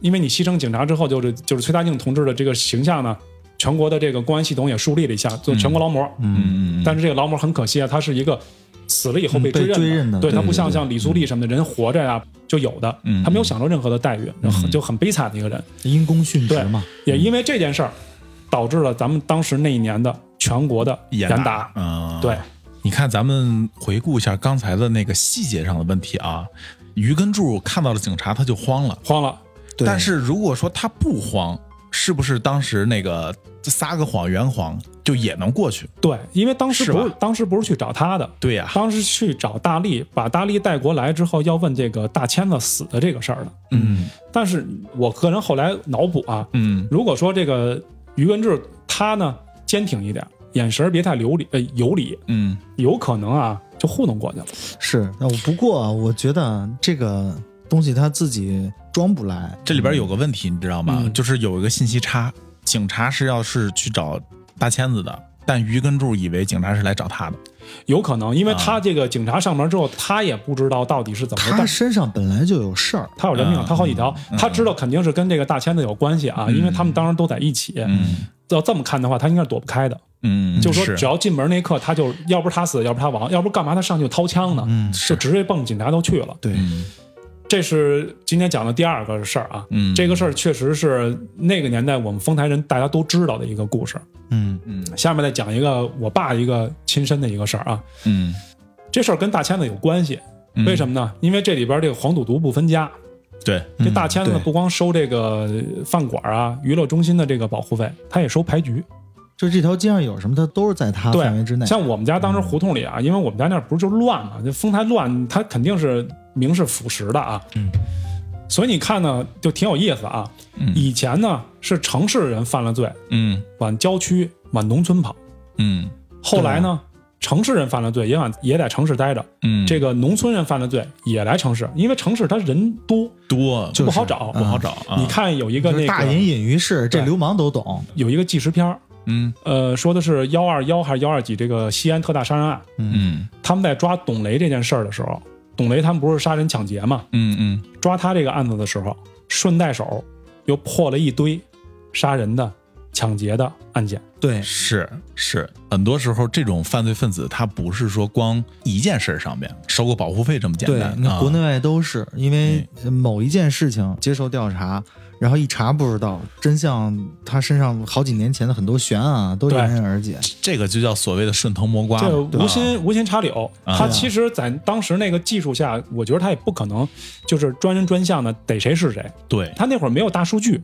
因为你牺牲警察之后，就是就是崔大庆同志的这个形象呢，全国的这个公安系统也树立了一下，做全国劳模。嗯嗯嗯但是这个劳模很可惜啊，他是一个死了以后嗯被追被认的，追认的对对他不对像对像李苏丽什么的人活着呀、就有的嗯，他没有享受任何的待遇，然后很就很悲惨的一个人。因公殉职对嘛，也因为这件事儿，导致了咱们当时那一年的全国的严严打打。嗯，对，你看，咱们回顾一下刚才的那个细节上的问题啊。于根柱看到了警察，他就慌了。慌了，对但是如果说他不慌，是不是当时那个撒个谎、圆谎就也能过去？对，因为当是时吧不是当时不是去找他的，对呀、当时去找大力，把大力带过来之后，要问这个大签子死的这个事儿了。嗯但是我个人后来脑补啊，嗯如果说这个于文志他呢坚挺一点，眼神儿别太流里呃有理，嗯有可能啊就糊弄过去了。是。那我不过啊我觉得这个东西他自己装不来，嗯这里边有个问题，你知道吗？嗯就是有一个信息差，警察是要是去找大签子的，但于根柱以为警察是来找他的。有可能，因为他这个警察上门之后，他也不知道到底是嗯怎么回事他。身上本来就有事儿，他有人命，他好几条，他知道肯定是跟这个大签子有关系啊，因为他们当时都在一起。啊嗯要这么看的话，他应该是躲不开的。嗯，就是说，只是要进门那一刻，他就要不是他死，要不是他亡，要不干嘛他上去掏枪呢？嗯就直接蹦警察都去了。对，嗯这是今天讲的第二个事儿啊。嗯这个事儿确实是那个年代我们丰台人大家都知道的一个故事。嗯嗯下面再讲一个我爸一个亲身的一个事儿啊，嗯这事儿跟大签子有关系。嗯为什么呢？因为这里边这个黄赌毒不分家，嗯对这大签子对不光收这个饭馆啊、娱乐中心的这个保护费，他也收牌局。就这条街上有什么，他都是在他范围之内对，。像我们家当时胡同里啊，因为我们家那儿不是就乱嘛，这丰台乱，它肯定是名是腐蚀的啊。嗯，所以你看呢，就挺有意思啊。嗯以前呢是城市人犯了罪，嗯往郊区、往农村跑；嗯后来啊呢，城市人犯了罪也往也在城市待着，嗯，这个农村人犯了罪也来城市，因为城市他人多，多不好找，不好。找啊。你看有一个嗯就那是个大隐隐于市，这对流氓都懂。有一个纪实片儿，嗯呃，说的是幺二幺还是幺二几这个西安特大杀人案，嗯他们在抓董雷这件事儿的时候，董雷他们不是杀人抢劫嘛，嗯嗯抓他这个案子的时候，顺带手又破了一堆杀人的、抢劫的案件。对，是是，很多时候这种犯罪分子他不是说光一件事儿上面收个保护费这么简对单，，那啊国内外都是因为某一件事情接受调查，然后一查不知道真相，他身上好几年前的很多悬案啊都对迎刃而解。这个就叫所谓的顺藤摸瓜嘛，这对吧无心、无心插柳，啊他其实，在当时那个技术下，我觉得他也不可能就是专人专项的逮谁是谁。对他那会儿没有大数据，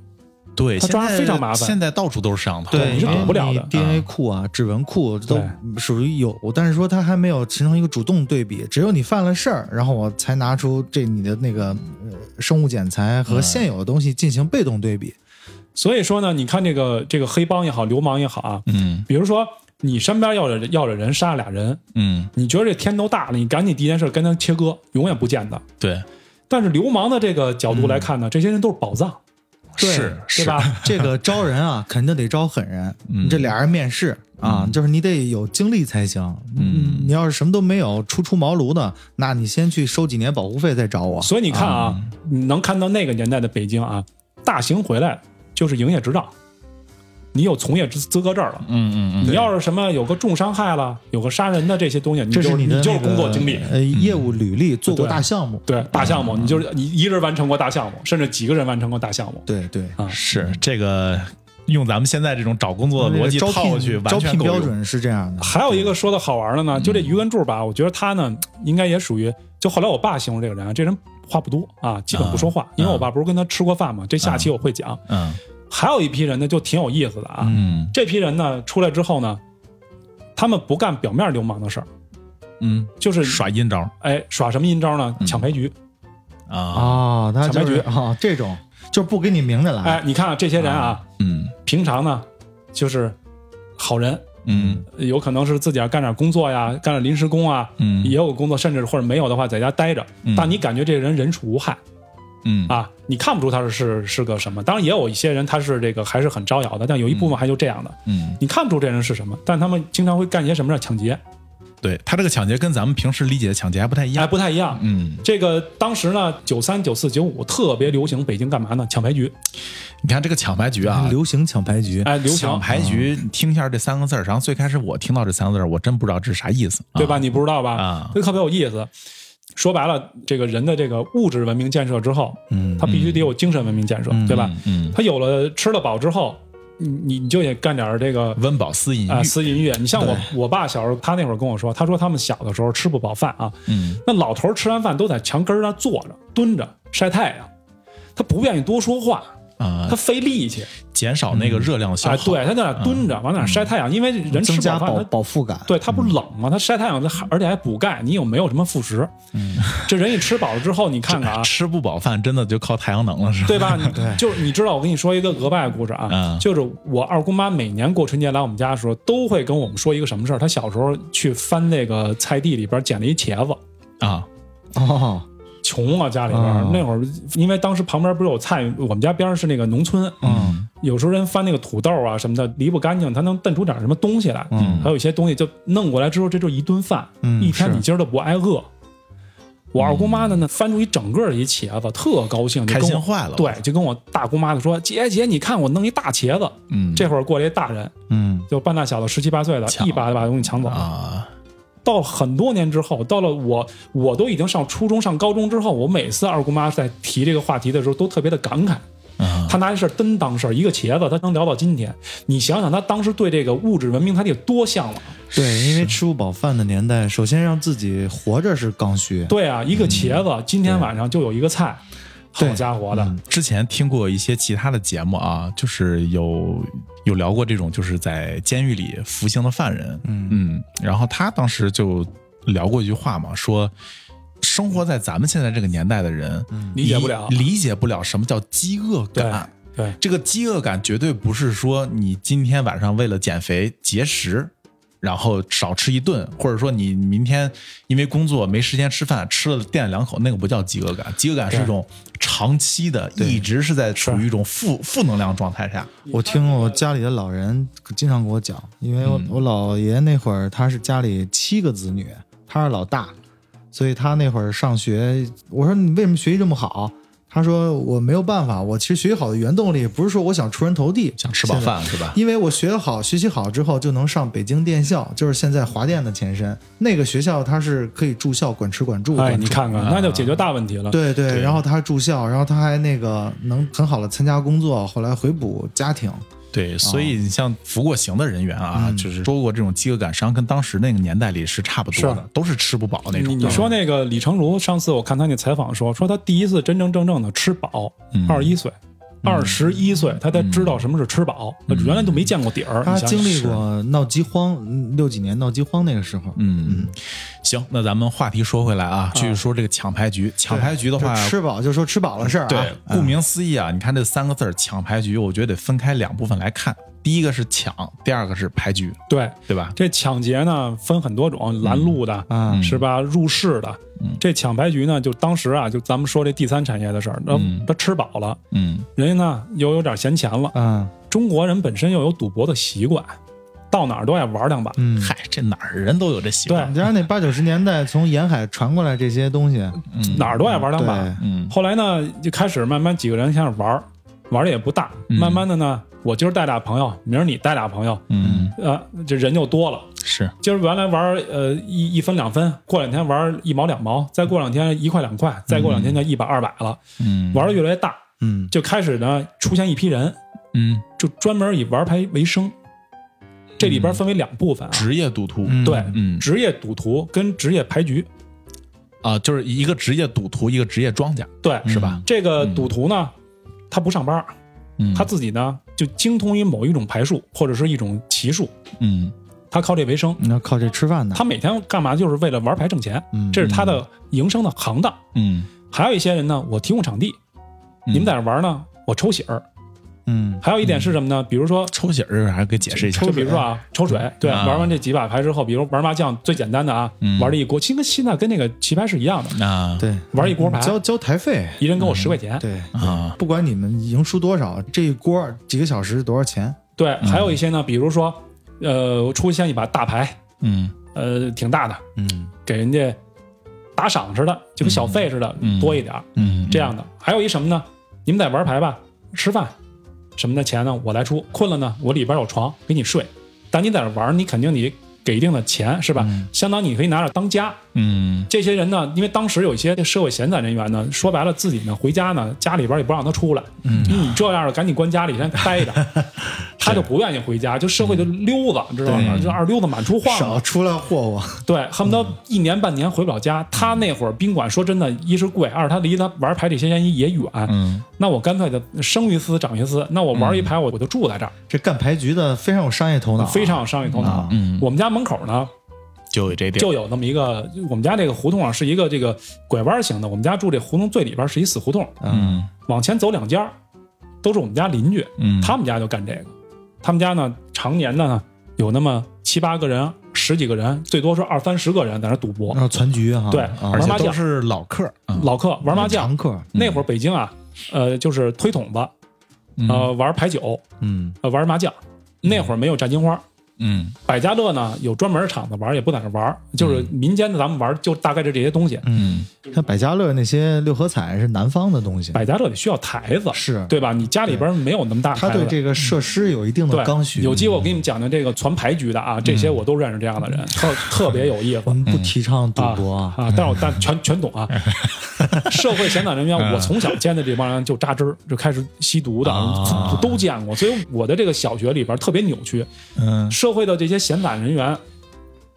对，他现抓在非常麻烦现在到处都是摄像头，对你是啊躲不了的嗯因为 DNA 库啊、指纹库都对属于有，但是说他还没有形成一个主动对比，只有你犯了事儿，然后我才拿出这你的那个呃生物检材嗯和现有的东西进行被 动对比。所以说呢，你看这个这个黑帮也好，流氓也好啊，嗯比如说你身边要着要着人杀了俩人，嗯，你觉得这天都大了，你赶紧第一件事跟他切割，永远不见的。对，但是流氓的这个角度来看呢，这些人都是宝藏，对嗯是是，对吧？这个招人啊，肯定得招狠人。嗯你这俩人面试啊，嗯就是你得有经历才行。嗯你要是什么都没有，初出茅庐的，那你先去收几年保护费再找我。所以你看啊，你能看到那个年代的北京啊，大型回来就是营业执照，你有从业资资格证了。嗯嗯嗯，你要是什么有个重伤害了，有个杀人的这些东西，你这就是你的、那就是个、工作经历，嗯呃，业务履历，做过对大项目。对大项目，你就是你一人完成过大项目，甚至几个人完成过大项目。对对，啊是这个用咱们现在这种找工作的那逻个辑招套过去，聘完招全聘够标用，准是这样的。还有一个说的好玩的呢，就这于文柱吧，我觉得他呢应该也属于，就后来我爸形容这个人啊，这人话不多啊，基本不说话，因为我爸不是跟他吃过饭嘛，这下期我会讲。嗯还有一批人呢，就挺有意思的啊，嗯这批人呢出来之后呢，他们不干表面流氓的事儿，嗯，就是耍嗯阴招哎耍什么阴招呢？抢牌局。啊，哦，他小白就是菊啊、哦，这种就是不给你明着来。哎，你看、啊、这些人啊，嗯平常呢就是好人，嗯有可能是自己啊要干点工作呀，干点临时工啊，嗯也有工作，甚至或者没有的话在家待着，嗯但你感觉这个人人畜无害嗯啊，你看不出他是是是个什么。当然也有一些人他是这个还是很招摇的，但有一部分还就这样的，嗯，你看不出这人是什么，但他们经常会干一些什么事儿抢劫，对他这个抢劫跟咱们平时理解的抢劫还不太一还样，哎不太一样。嗯。这个当时呢，九三、九四、九五特别流行北京干嘛呢？抢牌局。你看这个抢牌局啊，流行抢牌局，哎，刘抢翔牌局，你听一下这三个字儿。然后最开始我听到这三个字儿，我真不知道这是啥意思，啊对吧？？你不知道吧？啊这特别有意思。说白了，这个人的这个物质文明建设之后，嗯他必须得有精神文明建设，对吧？嗯？嗯，他有了吃了饱之后，你你你就也干点儿这个温饱思淫欲啊、，私淫欲。你像我我爸小时候，他那会儿跟我说，他说他们小的时候吃不饱饭啊，嗯那老头儿吃完饭都在墙根儿上坐着蹲着晒太阳，他不愿意多说话，啊他，费力气减少那个热量的消啊，耗。对他在那儿蹲着往那儿晒太阳，因为人吃嗯增加饱饭饱他。饱嗯腹感。对他不是冷吗？他晒太阳，他还而且还补钙，你有没有什么副食？嗯这人一吃饱了之后，你看看啊，吃不饱饭真的就靠太阳能了，是吧？对 吧？你就是你知道，我跟你说一个额外的故事啊，嗯就是我二姑妈每年过春节来我们家的时候，都会跟我们说一个什么事儿。她小时候去翻那个菜地里边捡了一茄子，啊，哦，穷啊家里边、哦那会儿，因为当时旁边不是有菜，我们家边上是那个农村，嗯有时候人翻那个土豆啊什么的离不干净，他能瞪出点什么东西来。嗯还有一些东西就弄过来之后，这就是一顿饭，嗯一天是你今儿都不挨饿。嗯我二姑妈呢，那翻出一整个儿一茄子，特高兴，就开跟心我坏了。对，，就跟我大姑妈就说：“姐姐，你看我弄一大茄子。嗯，”这会儿过来一大人，嗯就半大小的十七八岁的，抢一把就把东西抢走。啊，到很多年之后，到了我我都已经上初中、上高中之后，我每次二姑妈在提这个话题的时候，都特别的感慨。啊她拿这事儿真当事儿，一个茄子，她能聊到今天。你想想，她当时对这个物质文明，她得多向往。对，因为吃不饱饭的年代，首先让自己活着是刚需。对啊，一个茄子，今天晚上就有一个菜，好对家伙的，之前听过一些其他的节目啊，就是有有聊过这种就是在监狱里服刑的犯人，嗯然后他当时就聊过一句话嘛，说生活在咱们现在这个年代的人，嗯理解不了。理解不了什么叫饥饿感。对对这个饥饿感绝对不是说你今天晚上为了减肥节食，然后少吃一顿，或者说你明天因为工作没时间吃饭，吃了垫了两口，那个不叫饥饿感。饥饿感是一种长期的，一直是在处于一种负负能量状态下。我听我家里的老人经常跟我讲，因为我、我姥爷那会儿他是家里七个子女，他是老大，所以他那会儿上学，我说你为什么学习这么好？他说我没有办法，我其实学习好的原动力不是说我想出人头地，想吃饱饭是吧？因为我学好、学习好之后，就能上北京电校，就是现在华电的前身。那个学校它是可以住校管吃管住，哎，管你住看看，那就解决大问题了。对对，对然后他还住校，然后他还那个能很好的参加工作，后来回补家庭。对，所以你像服过刑的人员啊，嗯就是受过这种饥饿感伤，跟当时那个年代里是差不多的是，都是吃不饱那你种。啊你说那个李成儒，上次我看他那采访说，说他第一次真真正正的吃饱，嗯二十一岁，二十一岁他才知道什么是吃饱，嗯原来都没见过底儿。他你想经历想过闹饥荒，嗯六几年闹饥荒那个时候，嗯，行，那咱们话题说回来啊，继续说这个抢牌局。抢牌局的话，就吃饱就说吃饱了事儿、啊，对，顾名思义啊，你看这三个字儿“抢牌局”，我觉得得分开两部分来看。第一个是抢，第二个是牌局，对对吧？这抢劫呢，分很多种，拦路的，啊是吧？入室的，嗯这抢牌局呢，就当时啊，就咱们说这第三产业的事儿，那他吃饱了，嗯人家呢又有点闲钱了，啊中国人本身又有赌博的习惯，到哪儿都爱玩两把。嗯，嗨，这哪儿人都有这习惯。你家那八九十年代从沿海传过来这些东西，嗯哪儿都爱玩两把，对，嗯后来呢，就开始慢慢几个人开始玩儿，玩的也不大。嗯慢慢的呢，我今儿带俩朋友，明儿你带俩朋友，嗯，啊，这人就多了。是今儿原来玩儿呃一一分两分，过两天玩儿一毛两毛，再过两天一块两块，再过两天就一百二百了，嗯玩的越来越大，嗯，就开始呢出现一批人，嗯就专门以玩牌为生。这里边分为两部分啊，职业赌徒，嗯对，嗯职业赌徒跟职业牌局，啊，就是一个职业赌徒，一个职业庄家，对，是吧？这个赌徒呢，他不上班儿，嗯，他自己呢就精通于某一种牌术或者是一种棋术，嗯他靠这为生。你要靠这吃饭的，他每天干嘛就是为了玩牌挣钱，嗯这是他的营生的行当。嗯，还有一些人呢，我提供场地，嗯你们在这玩呢，我抽喜儿。嗯还有一点是什么呢？比如说，抽血儿还给解释一下就，比如说啊，抽水，对，啊玩完这几把牌之后，比如玩麻将最简单的啊，嗯玩了一锅，其实跟现在跟那个棋牌是一样的，啊对，嗯玩一锅牌交交台费，一人给我嗯十块钱。对，啊，不管你们赢输多少，这一锅几个小时多少钱？对，嗯还有一些呢，比如说，呃，出现一把大牌，嗯呃，挺大的，嗯给人家打赏似的，就跟小费似的，嗯多一点儿嗯，这样的。还有一什么呢？你们在玩牌吧，吃饭，什么的钱呢我来出，困了呢我里边有床给你睡，但你在这玩儿，你肯定你给一定的钱是吧？相当你可以拿着当家。嗯这些人呢，因为当时有一些社会闲散人员呢，说白了自己呢回家呢，家里边也不让他出来，嗯，你这样的赶紧关家里先待着， 他就不愿意回家，就社会就溜子，知道吗？对就二溜子满处晃少嘛，出来霍霍。对，恨不得一年半年回不了家。他那会儿宾馆说真的，一是贵，二是他离他玩牌这些人也远，嗯，那我干脆就生于斯长于斯，那我玩一排我我就住在这儿， 这干牌局的非常有商业头脑啊，非常有商业头脑啊。嗯我们家门口呢，就有这点，就有那么一个，我们家这个胡同啊是一个这个拐弯型的，我们家住这胡同最里边是一死胡同，嗯往前走两家儿，都是我们家邻居，嗯，他们家就干这个。他们家呢，常年呢有那么七八个人、十几个人，最多是二三十个人在那赌博嗯然，后全局哈，对啊而玩麻且将都是老客儿，嗯老客玩麻将。常客，那会儿北京啊，呃，就是推筒子，呃，玩牌九，嗯，呃，玩麻将。那会儿没有炸金花，嗯百家乐呢有专门的场子玩，也不在那玩，嗯就是民间的咱们玩，就大概就这些东西。嗯像百家乐那些六合彩是南方的东西，百家乐得需要台子，是对吧？你家里边没有那么大的他台对子，这个设施有一定的对，刚需。嗯有机会我给你们讲讲这个传牌局的啊，这些我都认识这样的人，特特别有意思我。们不提倡赌嗯博啊，啊！但是我但全全懂 啊。社会闲散人嗯员，我从小见的这帮人就扎针儿，就开始吸毒的，啊都见过。所以我的这个小学里边特别扭曲，嗯社会的这些闲散人员，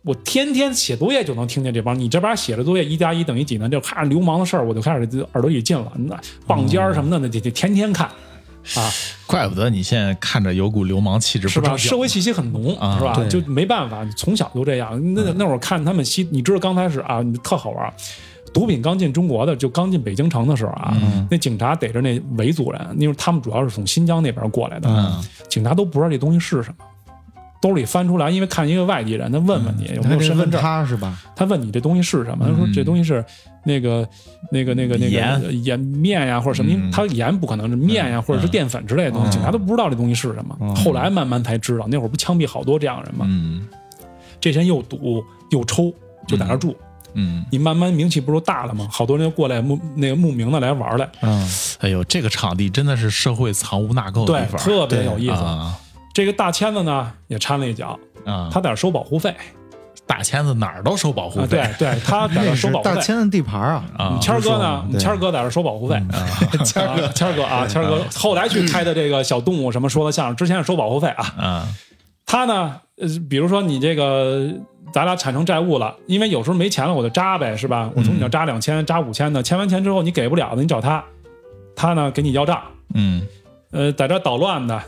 我天天写作业就能听见这帮。你这边写着作业，一加一等于几呢？就看流氓的事儿，我就开始耳朵里进了。那棒尖儿什么的，那得得天天看啊，怪不得你现在看着有股流氓气质，是吧？不社正会气息很浓，啊嗯是吧？对就没办法，从小就这样。那那会儿看他们吸，你知道刚开始啊，你特好玩儿。毒品刚进中国的，就刚进北京城的时候啊，嗯那警察逮着那维族人，因为他们主要是从新疆那边过来的，嗯警察都不知道这东西是什么，兜里翻出来，因为看一个外地人，他问问你、嗯有没还有得身份问证，啊他是吧？他问你这东西是什么，他说这东西是那个、那个、那个、那个盐盐面呀，或者什么，因嗯为他盐不可能是面呀，或者是淀粉之类的东西，警察都不知道这东西是什么。后来慢慢才知道，那会儿不枪毙好多这样人嘛，嗯这些人又赌又抽，就在那儿住。嗯，你慢慢名气不是都大了吗？好多人就过来慕那个慕名的来玩儿来，嗯，哎呦，这个场地真的是社会藏污纳垢的对地，方，特别有意思。啊这个大签子呢也掺了一脚，啊！他在那儿收保护费大签子哪儿都收保护啊，费对对，他在那那儿收是保 护大费。千的地盘啊，啊，嗯谦儿哥啊呢？对嗯谦儿哥在这儿收保护费， 谦儿哥，谦儿哥啊，谦儿哥后来去开的这个小动物什么说的相声，之前是收保护费啊。啊，他呢，呃，比如说你这个咱俩产生债务了，因为有时候没钱了我就扎呗，是吧？我从嗯你这扎两千，扎五千的，欠完钱之后你给不了的，你找他，他呢给你要账，嗯呃，在这儿捣乱的，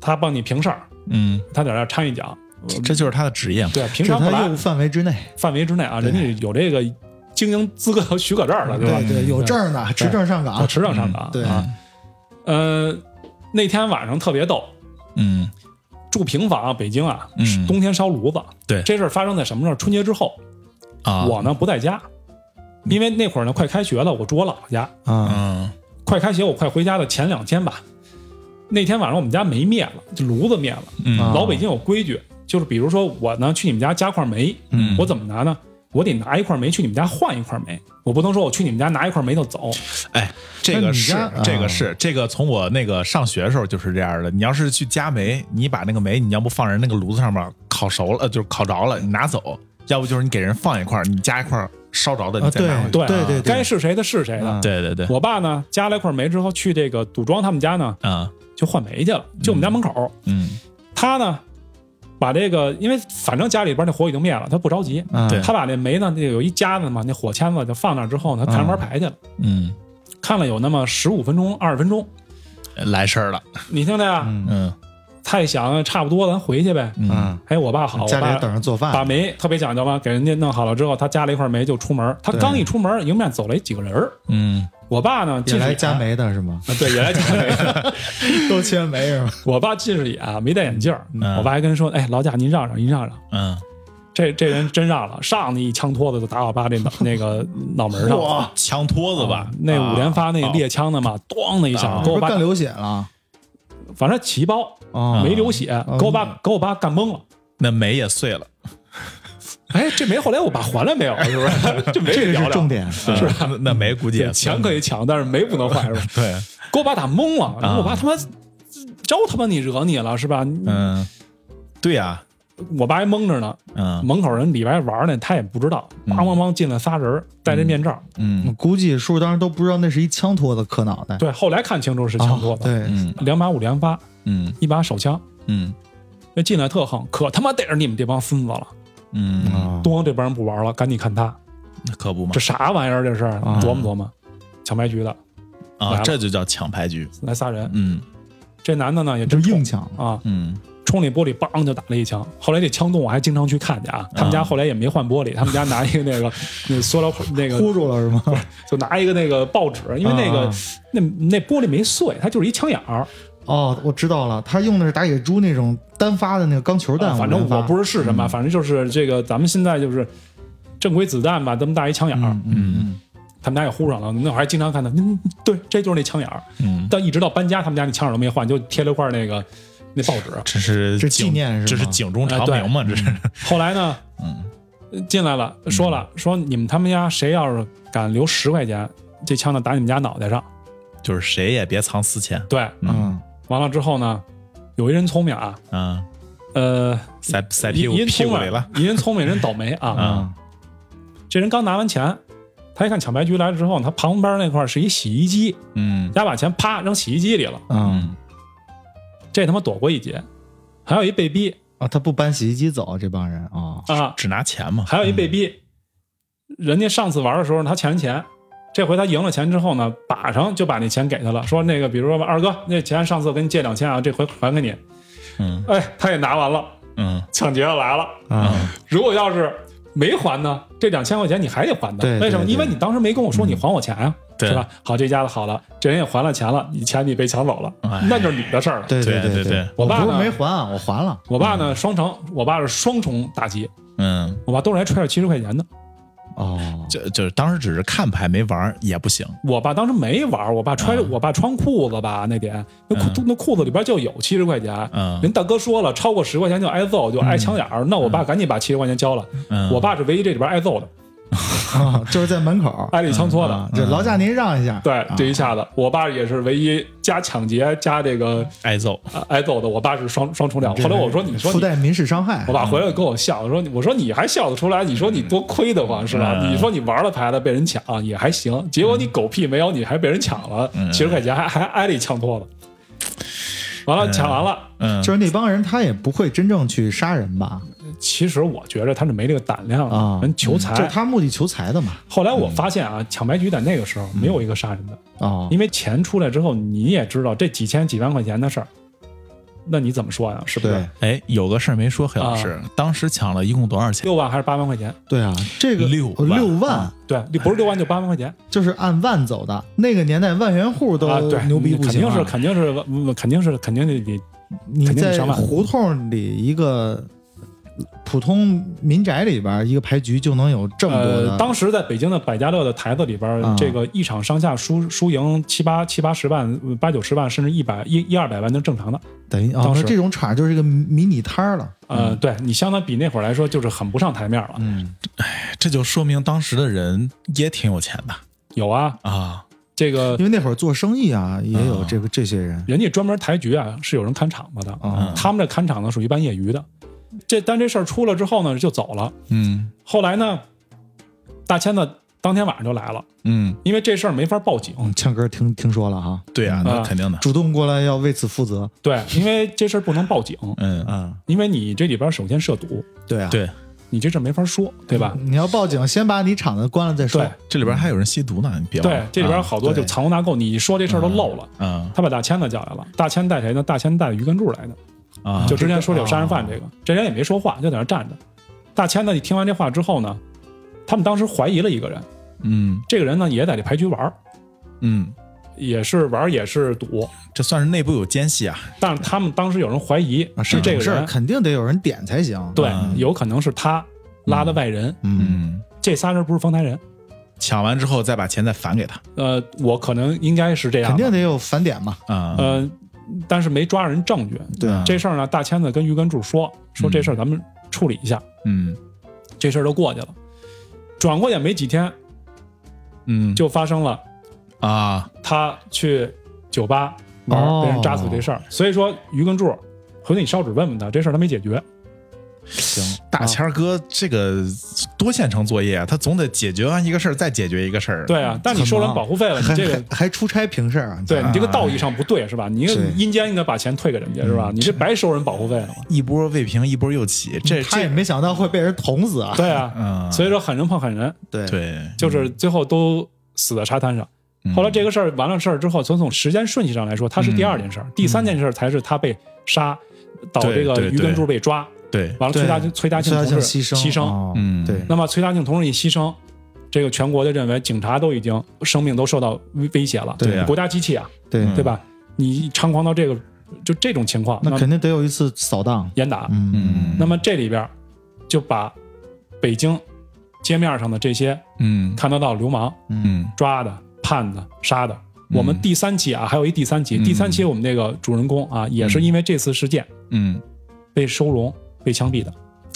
他帮你平事儿，嗯，他在这儿掺一脚，这就是他的职业嘛，对，平这是常他不来业务范围之内。范围之内啊，人家有这个经营资格和许可证了，啊对吧？嗯对对，有证儿的，持证上啊，岗。持证嗯上岗，对，啊，呃，那天晚上特别逗，嗯住平房啊，北京啊，嗯冬天烧炉子。对这事儿发生在什么时候？春节之后，啊，我呢不在家，因为那会儿呢快开学了，我住我姥姥家。啊，嗯快开学，我快回家的前两天吧，那天晚上我们家煤灭了，就炉子灭了。嗯啊老北京有规矩，就是比如说我呢去你们家加块煤，嗯我怎么拿呢？我得拿一块煤去你们家换一块煤，我不能说我去你们家拿一块煤就走。哎，这那个你是家啊这个是这个，从我那个上学的时候就是这样的。你要是去加煤，你把那个煤，你要不放人那个炉子上面烤熟了，呃就是烤着了，你拿走；要不就是你给人放一块儿，你加一块儿烧着的，啊你再拿回去。对对对对该是谁的是谁的。啊对对对， 我爸呢加了一块煤之后，去这个赌庄他们家呢啊就换煤去了，就我们家门口。嗯他呢把这个，因为反正家里边那火已经灭了，他不着急。嗯对他把那煤呢，那有一夹子嘛，那火签子就放那儿之后呢，他看玩牌去了，嗯，看了有那么十五分钟、二十分钟。来事儿了。你听着呀，嗯嗯他一想差不多了，咱回去呗。嗯嗯，哎，我爸好，我家里爸也等着做把饭。煤特别讲究嘛，给人家弄好了之后，他加了一块煤就出门。他刚一出门，迎面走来几个人儿。嗯我爸呢，也近视来眼加，煤的是吗？啊对，也来加煤。啊都缺煤是吧？我爸近视眼，没戴眼镜儿。嗯我爸还跟人说：“哎，劳驾，您让让，您让让。嗯，”这这人真让了，上去一枪托子就打我爸这脑 那个脑门上。哇，枪托子吧啊，那五连发那啊猎枪的嘛，咣的一下啊给不我是爸，干流血了反正起包啊？没流血，哦给我爸给我爸干懵了。那煤也碎了，哎，这没后来我爸还了没有？啊是不是？ 这没这得个聊是重聊。点。是吧？那煤估计也对，碎了 抢可以抢，但是没不能还，是吧？对，给我爸打懵了，然后我爸他妈招他妈你惹你了是吧？啊嗯，对呀、我爸还蒙着呢，嗯门口人里边玩呢，他也不知道，嗯梆梆梆进来仨人，戴着面罩。嗯估计叔叔当时都不知道那是一枪托子磕脑 袋，对，后来看清楚是啊，枪托子，对，嗯两把五连发，嗯一把手枪。嗯那进来特横，可他妈逮着你们这帮孙子了！嗯，啊东阳这帮人不玩了，赶紧看他，可不嘛这啥玩意儿？这是啊琢磨琢磨。抢牌局的来啊，了这就叫抢牌局。来仨人，嗯这男的呢也就真硬抢，冲啊，嗯冲那玻璃梆就打了一枪。后来这枪洞我还经常去看去啊，他哦们家后来也没换玻璃，他们家拿一个那 个那塑料那个呼住了是吗？就拿一个那个报纸，因为那个、啊那那玻璃没碎，它就是一枪眼儿。 哦，我知道了，他用的是打野猪那种单发的那个钢球弹，啊反正我不是是是什嗯么，反正就是这个咱们现在就是正规子弹吧，这么大一枪眼儿，嗯嗯他们家也呼上了。那会儿还经常看到，嗯，对，这就是那枪眼儿。嗯，但一直到搬家，他们家那枪眼儿都没换，就贴了块那个那报纸。这是这警纪念是吗这是警钟长鸣嘛？这是后来呢，嗯进来了，说了说你们他们家谁要是敢留十块钱，这枪呢打你们家脑袋上。就是谁也别藏私钱对，嗯完了之后呢，有一人聪明啊，啊，呃，塞塞一屁股一人屁聪股明啊里了。， 一人聪明，人倒霉啊。啊这人刚拿完钱，他一看抢白局来了之后，他旁边那块儿是一洗衣机，嗯他把钱啪扔洗衣机里了。嗯嗯这他妈躲过一劫，还有一被逼啊，他不搬洗衣机走这帮人啊，啊，只拿钱嘛。还有一被逼。人家上次玩的时候他欠人钱，这回他赢了钱之后呢，把上就把那钱给他了，说那个比如说二哥，那钱上次跟你借两千啊，这回还给你。嗯哎，他也拿完了，嗯抢劫的来了。啊，如果要是没还呢，这两千块钱你还得还的。对对为什么？对因为你当时没跟我说你还我钱呀、嗯对是吧？好，这家子好了，这人也还了钱了，你钱你被抢走了，哎那就是你的事儿了。对对对对对我我爸不呢是没还啊，我还了，我爸呢，双重，我爸是双重打击，嗯，我爸兜里还揣着七十块钱呢。 哦，就就是当时只是看牌没玩儿也不行。我爸当时没玩儿，我爸嗯揣着，我爸穿裤子吧，那点那裤、那裤子里边就有七十块钱。嗯人大哥说了，超过十块钱就挨揍，就挨枪眼儿。那我爸赶紧把七十块钱交了。嗯我爸是唯一这里边挨揍的，啊 就是在门口，挨了嗯一枪托的。啊，这劳驾您让一下，嗯哎对，这一下子，我爸也是唯一加抢劫加这个挨揍。呃挨揍的，我爸是双双重两。这后来我说，你说附你，嗯带民事伤害我，爸回来跟我笑，说你，我说你还笑得出来？你说你多亏得慌是吧？嗯你说你玩了牌了被人抢也还行，结果你嗯狗屁没有，你还被人抢了嗯，七十块钱还还挨了一枪托子。完了，抢完了。嗯， 就是那帮人他也不会真正去杀人吧，其实我觉着他是没这个胆量的啊人嗯求就是财。他嗯目的求财的嘛，后来我发现啊，抢白局在那个时候没嗯有一个杀人的，哦，因为钱出来之后，你也知道这几千几万块钱的事儿，那你怎么说呀？是不是对？哎，有个事儿没说，黑老师，当时抢了一共多少钱？六万还是八万块钱？对啊，这个六哦万六万对，不是六万就八万块钱就是按万走的，那个年代万元户 都啊！对，牛逼不肯行定啊，是肯定是嗯肯定是肯定得得你肯定得在上万胡同里一个普通民宅里边儿一个牌局就能有这么多的，呃，当时在北京的百家乐的台子里边，啊这个一场上下输输赢七八七八十万、呃八九十万，甚至一百一一二百万都是正常的。等于啊，当那时这种场就是一个迷你摊儿了，呃，对你相当比那会儿来说，就是很不上台面了。嗯，这就说明当时的人也挺有钱的有啊，啊。这个因为那会儿做生意啊，也有啊这个这些人人家专门台局啊是有人看场子的，嗯啊，他们这看场呢属于办业余的。这但这事儿出了之后呢，就走了。嗯后来呢，大千子当天晚上就来了，嗯，因为这事儿没法报警。呛哥听听说了哈，对啊，那啊肯定的。主动过来要为此负责，对，因为这事儿不能报警，嗯，啊，因为你这里边首先涉赌，对啊，，嗯对，你这事儿没法说，对吧？嗯你要报警，先把你厂子关了再说对，这里边还有人吸毒呢，你别忘对了。，这里边好多就对藏污纳垢，你说这事儿都漏了。嗯他把大千子叫来了，大千带谁呢？大千带于根柱来的，啊，就之前说的有杀人犯这个，这人也没说话，就在那儿站着。大千呢，你听完这话之后呢，他们当时怀疑了一个人，嗯这个人呢也在这牌局玩儿，嗯，也是玩儿也是赌，这算是内部有奸细啊。但是他们当时有人怀疑啊，是这个事儿人，肯定得有人点才行，对嗯，有可能是他拉的外人，嗯，嗯，这仨人不是丰台人，抢完之后再把钱再返给他呃，我可能应该是这样肯吧，定得有返点嘛，啊。呃，但是没抓人证据。对啊嗯这事儿呢，大千子跟于根柱说，说这事儿咱们处理一下，嗯这事儿就过去了。转过也没几天，嗯，就发生了啊他去酒吧门哦儿被人扎死这事儿。所以说，于根柱回头你烧纸问问他，这事儿他没解决。行，啊大谦儿哥这个多线程作业啊，他总得解决完一个事儿，再解决一个事儿。对啊，但你收人保护费了，你还这 个还还出差平事儿啊？对你这个啊道义上不对是吧？你应该是阴间应该把钱退给人家是吧？你这白收人保护费了嘛？ 一波未平，一波又起，这他也这没想到会被人捅死啊！对啊，嗯，嗯所以说狠人碰狠人，对对，就是最后都死在沙滩上。嗯后来这个事儿完了事儿之后，从从时间顺序上来说，它是第二件事儿，第三件事儿才是他被杀，导对这个对于根柱被抓，对，完了对崔大庆崔大庆同庆志牺牲牺牲。哦嗯对，那么崔大庆同志一牺牲，这个全国就认为警察都已经生命都受到威威胁了，对啊国家机器啊，对嗯对吧？你猖狂到这个就这种情况，那肯定得有一次扫荡。严打。嗯那么这里边儿就把北京街面上的这些嗯看得到流氓嗯抓的、判的、杀的。我们第三期啊，还有一第三期，嗯第三期我们那个主人公啊，也是因为这次事件嗯，被收容、被枪毙的。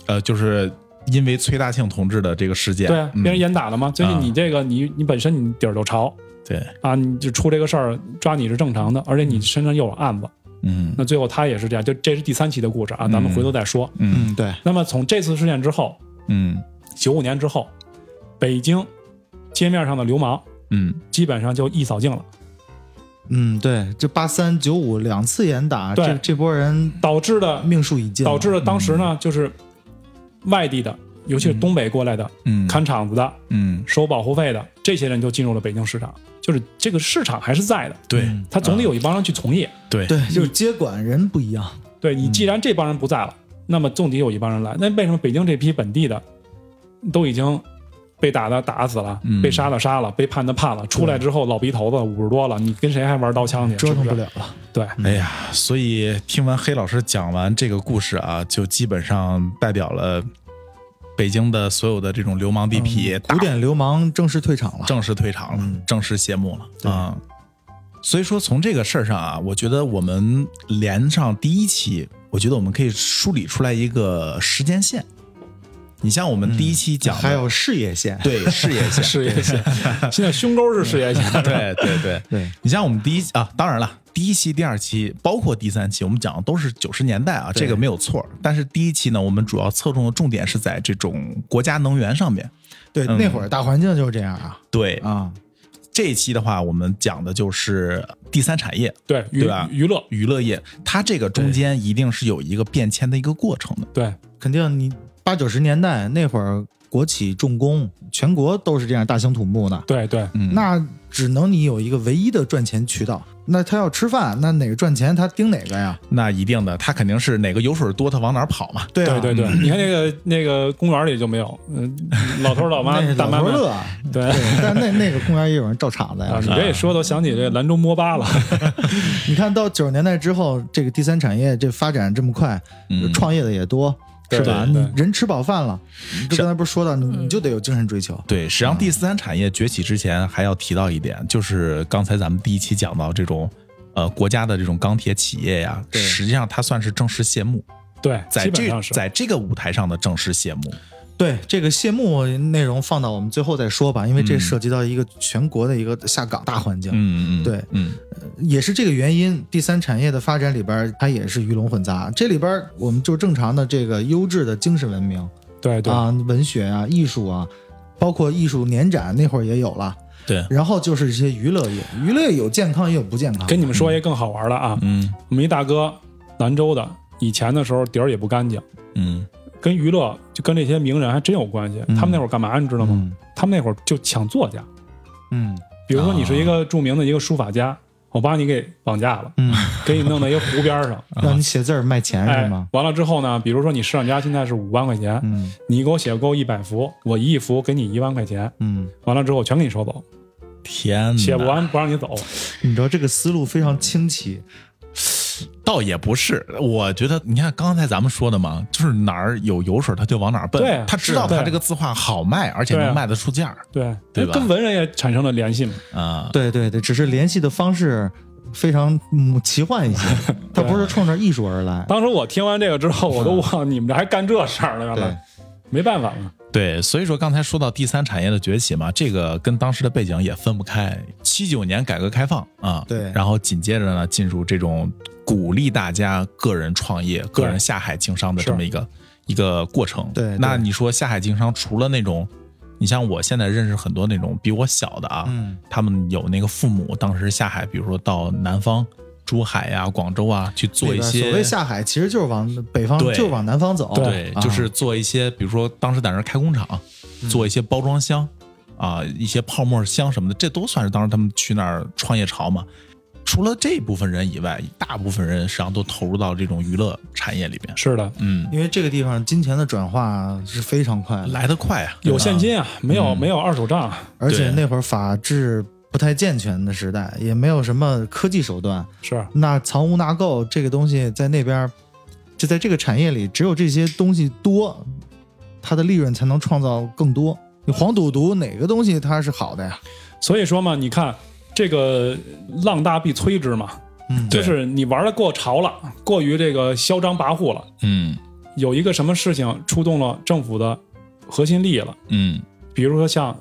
呃，就是因为崔大庆同志的这个事件，对啊，嗯被人严打了嘛。所以啊你这个你你本身你底儿就潮对，啊，你就出这个事儿抓你是正常的，而且你身上又有案子。嗯那最后他也是这样，就这是第三期的故事啊，咱们回头再说。嗯嗯，对，那么从这次事件之后，嗯九五年之后，北京街面上的流氓嗯基本上就一扫净了，嗯，对，这八三九五两次严打，对这这波人导致的嗯命数已尽了，导致了当时呢，就是外地的，尤其是东北过来的、嗯，看场子的、嗯收保护费的这些人就进入了北京市场，就是这个市场还是在的，对他总得有一帮人去从业。对对，就就是接管人不一样，对你，既然这帮人不在了，那么总得有一帮人来。那为什么北京这批本地的都已经被打的打死了，嗯被杀的杀了，被判的判了，出来之后老鼻头子五十多了，你跟谁还玩刀枪去？折腾是不不是。了了。 对，哎呀，所以听完黑老师讲完这个故事啊，就基本上代表了北京的所有的这种流氓地嗯痞、大古典流氓正式退场了，正式退场了，嗯正式谢幕了啊、所以说，从这个事儿上啊，我觉得我们连上第一期，我觉得我们可以梳理出来一个时间线。你像我们第一期讲的、嗯还有事业线，对事业线，事业线，现在胸沟是事业 线。对对对对，你像我们第一啊，当然了，第一期、第二期，包括第三期，我们讲的都是九十年代啊，对这个没有错。但是第一期呢，我们主要侧重的重点是在这种国家能源上面。对，嗯那会儿大环境就是这样啊对，啊，这一期的话，我们讲的就是第三产业对，娱对啊吧娱乐，娱乐业，它这个中间一定是有一个变迁的一个过程的。对肯定你八九十年代那会儿国企重工，全国都是这样大兴土木的，对对，嗯，那只能你有一个唯一的赚钱渠道。那他要吃饭，那哪个赚钱他盯哪个呀？那一定的，它肯定是哪个油水多，它往哪儿跑嘛。对啊，对对对，你看那个那个公园里就没有，嗯，老头儿老妈 那是大老妈头们，乐啊。对 对，但那那个公园也有人照场子啊，呀你。这一说都想起这兰州摸巴了，啊你看到九十年代之后，这个第三产业这发展这么快，嗯创业的也多，对是吧？对你对人吃饱饭了，你这是刚才不是说到你你就得有精神追嗯求，对，实际上第三产业崛起之前，还要提到一点，就是刚才咱们第一期讲到这种，呃，国家的这种钢铁企业呀，对实际上它算是正式谢幕，对，在基本这上是，在这个舞台上的正式谢幕。对这个谢幕内容放到我们最后再说吧，因为这嗯涉及到一个全国的一个下岗大环境，嗯嗯，对嗯也是这个原因。第三产业的发展里边，它也是鱼龙混杂。这里边我们就正常的这个优质的精神文明对对啊、文学啊、艺术啊，包括艺术年展那会儿也有了。对，然后就是一些娱乐业，娱乐业有健康也有不健康。跟你们说一个更好玩的啊，嗯我们一大哥兰州的，以前的时候底儿也不干净，嗯跟娱乐就跟这些名人还真有关系。他们那会儿干嘛你知道吗？嗯他们那会儿就抢作家，嗯比如说你是一啊个著名的一个书法家，我把你给绑架了，嗯，给你弄到一个湖边上， 让你写字儿卖钱哎是吗，？完了之后呢，比如说你市场价现在是五万块钱，嗯你给我写够一百幅，我一幅给你一万块钱，嗯，完了之后全给你收走，天写不哪，完不让你 走。你知道这个思路非常清奇。倒也不是，我觉得你看刚才咱们说的嘛，就是哪儿有油水，他就往哪儿奔。对他知道是他对这个字画好卖，而且对啊能卖得出价儿对，哎对吧跟文人也产生了联系嘛。嗯啊。对对对，只是联系的方式非常嗯奇幻一些，它不是冲着艺术而来。当时我听完这个之后，我都忘了你们这还干这事儿了，原嗯对来，没办法嘛。对，所以说刚才说到第三产业的崛起嘛，这个跟当时的背景也分不开。七九年改革开放啊，对然后紧接着呢，进入这种鼓励大家个人创业、个人下海经商的是这么一个一个过程。对对那你说下海经商，除了那种，你像我现在认识很多那种比我小的啊，嗯，他们有那个父母当时下海，比如说到南方、珠海呀、广州啊去做那一边些所谓下海，其实就是往北方，对就是往南方走，对，啊就是做一些，比如说当时在那儿开工厂，嗯做一些包装箱啊、一些泡沫箱什么的，这都算是当时他们去那儿创业潮嘛。除了这部分人以外，大部分人实际上都投入到这种娱乐产业里边。是的，嗯，因为这个地方金钱的转化是非常快的，来得快啊，有现金啊，没嗯有没有二手账啊，而且对那会儿法制不太健全的时代，也没有什么科技手段，是那藏污纳垢这个东西在那边儿，就在这个产业里，只有这些东西多，它的利润才能创造更多。你黄赌毒哪个东西它是好的呀？所以说嘛，你看这个浪大必摧之嘛，嗯就对是你玩的过潮了，过于这个嚣张跋扈了，嗯有一个什么事情触动了政府的核心利益了，嗯，比如说像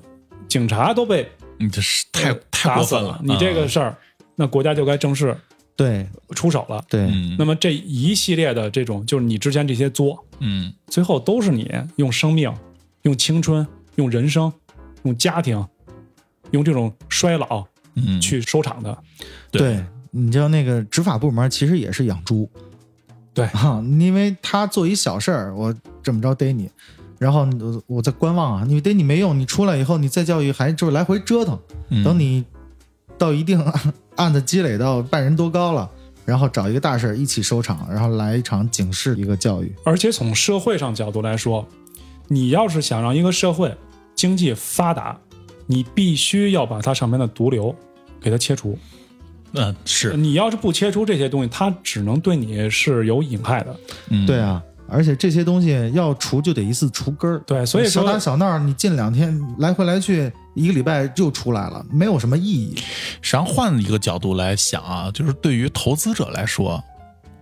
警察都被你这是太呃太打过死分嗯啊了，你这个事儿，那国家就该正式对出手了。对，嗯那么这一系列的这种，就是你之前这些作，嗯最后都是你用生命、用青春、用人生、用家庭、用这种衰老嗯，去收场的。对对你知道那个执法部门其实也是养猪，对啊，因为他做一小事儿，我怎么着逮你，然后我我在观望啊，你逮你没用，你出来以后你再教育还就是来回折腾，嗯等你到一定案子积累到半人多高了，然后找一个大事儿一起收场，然后来一场警示一个教育。而且从社会上角度来说，你要是想让一个社会经济发达，你必须要把它上面的毒瘤给它切除。嗯是你要是不切除这些东西，它只能对你是有隐害的。嗯对啊，而且这些东西要除就得一次除根儿。对，所以小打说小闹，你近两天来回来去一个礼拜又出来了，没有什么意义。实际上换一个角度来想啊，就是对于投资者来说，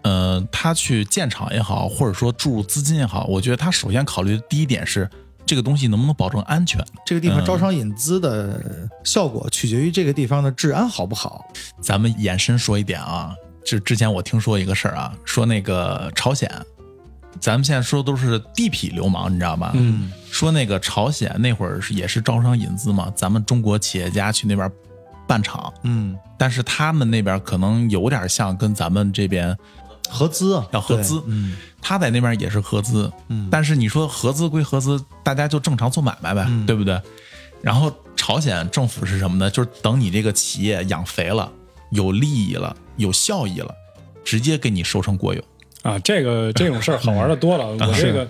嗯、他去建厂也好，或者说注入资金也好，我觉得他首先考虑的第一点是这个东西能不能保证安全。这个地嗯方招商引资的效果取决于这个地方的治安好不好。咱们延伸说一点啊，就之前我听说一个事儿啊，说那个朝鲜，咱们现在说都是地痞流氓，你知道吧？嗯，说那个朝鲜那会儿是也是招商引资嘛，咱们中国企业家去那边办厂，嗯，但是他们那边可能有点像跟咱们这边合资啊要合资对嗯他在那边也是合资，嗯但是你说合资归合资，大家就正常做买卖呗，对不对？然后朝鲜政府是什么呢？就是等你这个企业养肥了、有利益了、有效益了，直接给你收成国有。啊，这个这种事儿好玩的多了。我这个，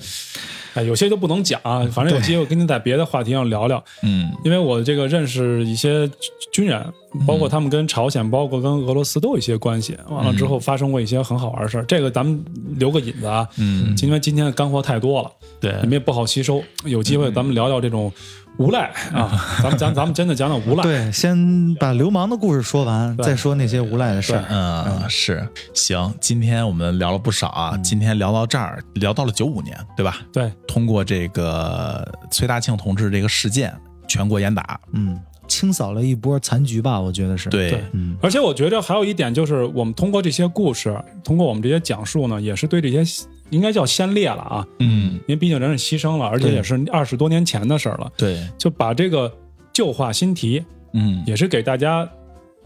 哎，有些就不能讲啊，反正有机会跟您在别的话题上聊聊。嗯因为我这个认识一些军人，包括他们跟朝鲜，包括跟俄罗斯都有一些关系。完了之后发生过一些很好玩的事儿，这个咱们留个引子啊。嗯，因为今天的干货太多了，对，你们也不好吸收。有机会咱们聊聊这种无赖啊，咱们咱咱们真的讲讲无赖。对，先把流氓的故事说完，对再说那些无赖的事儿。嗯，是行。今天我们聊了不少啊，今天聊到这儿，聊到了九五年，对吧？对，通过这个崔大庆同志这个事件，全国严打，嗯，清扫了一波残局吧，我觉得是。，对对嗯，而且我觉得还有一点就是，我们通过这些故事，通过我们这些讲述呢，也是对这些应该叫先烈了啊，嗯，因为毕竟人是牺牲了，而且对也是二十多年前的事儿了，对，就把这个旧话新提，嗯，也是给大家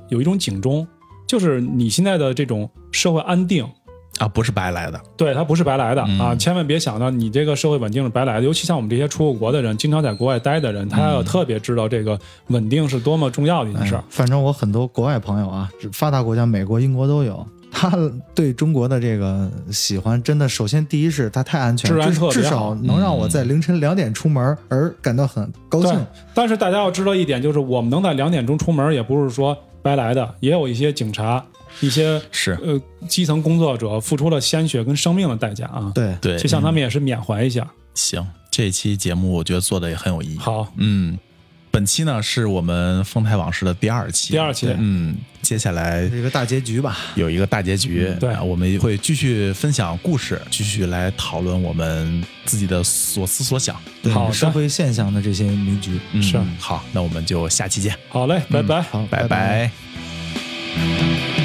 有一种警钟，就是你现在的这种社会安定，啊，不是白来的，对，它不是白来的、嗯啊！千万别想到你这个社会稳定是白来的，尤其像我们这些出过国的人，经常在国外待的人，他要特别知道这个稳定是多么重要的一件哎事儿。哎反正我很多国外朋友啊，发达国家，美国、英国都有。他对中国的这个喜欢，真的，首先第一是它太安全，治安至特别至好嗯少能让我在凌晨两点出门而感到很高对兴。，但是大家要知道一点，就是我们能在两点钟出门，也不是说白来的，也有一些警察、一些是呃基层工作者付出了鲜血跟生命的代价啊。对，对，嗯就像他们也是缅怀一下。行，这期节目我觉得做的也很有意义。好，嗯，本期呢是我们丰台往事的第二期，第二期嗯，接下来一个大结局吧。有一个大结局，嗯对啊我们会继续分享故事，继续来讨论我们自己的所思所想。对好的社会现象的这些迷局。嗯是好，那我们就下期见，好嘞，拜拜。好，拜拜拜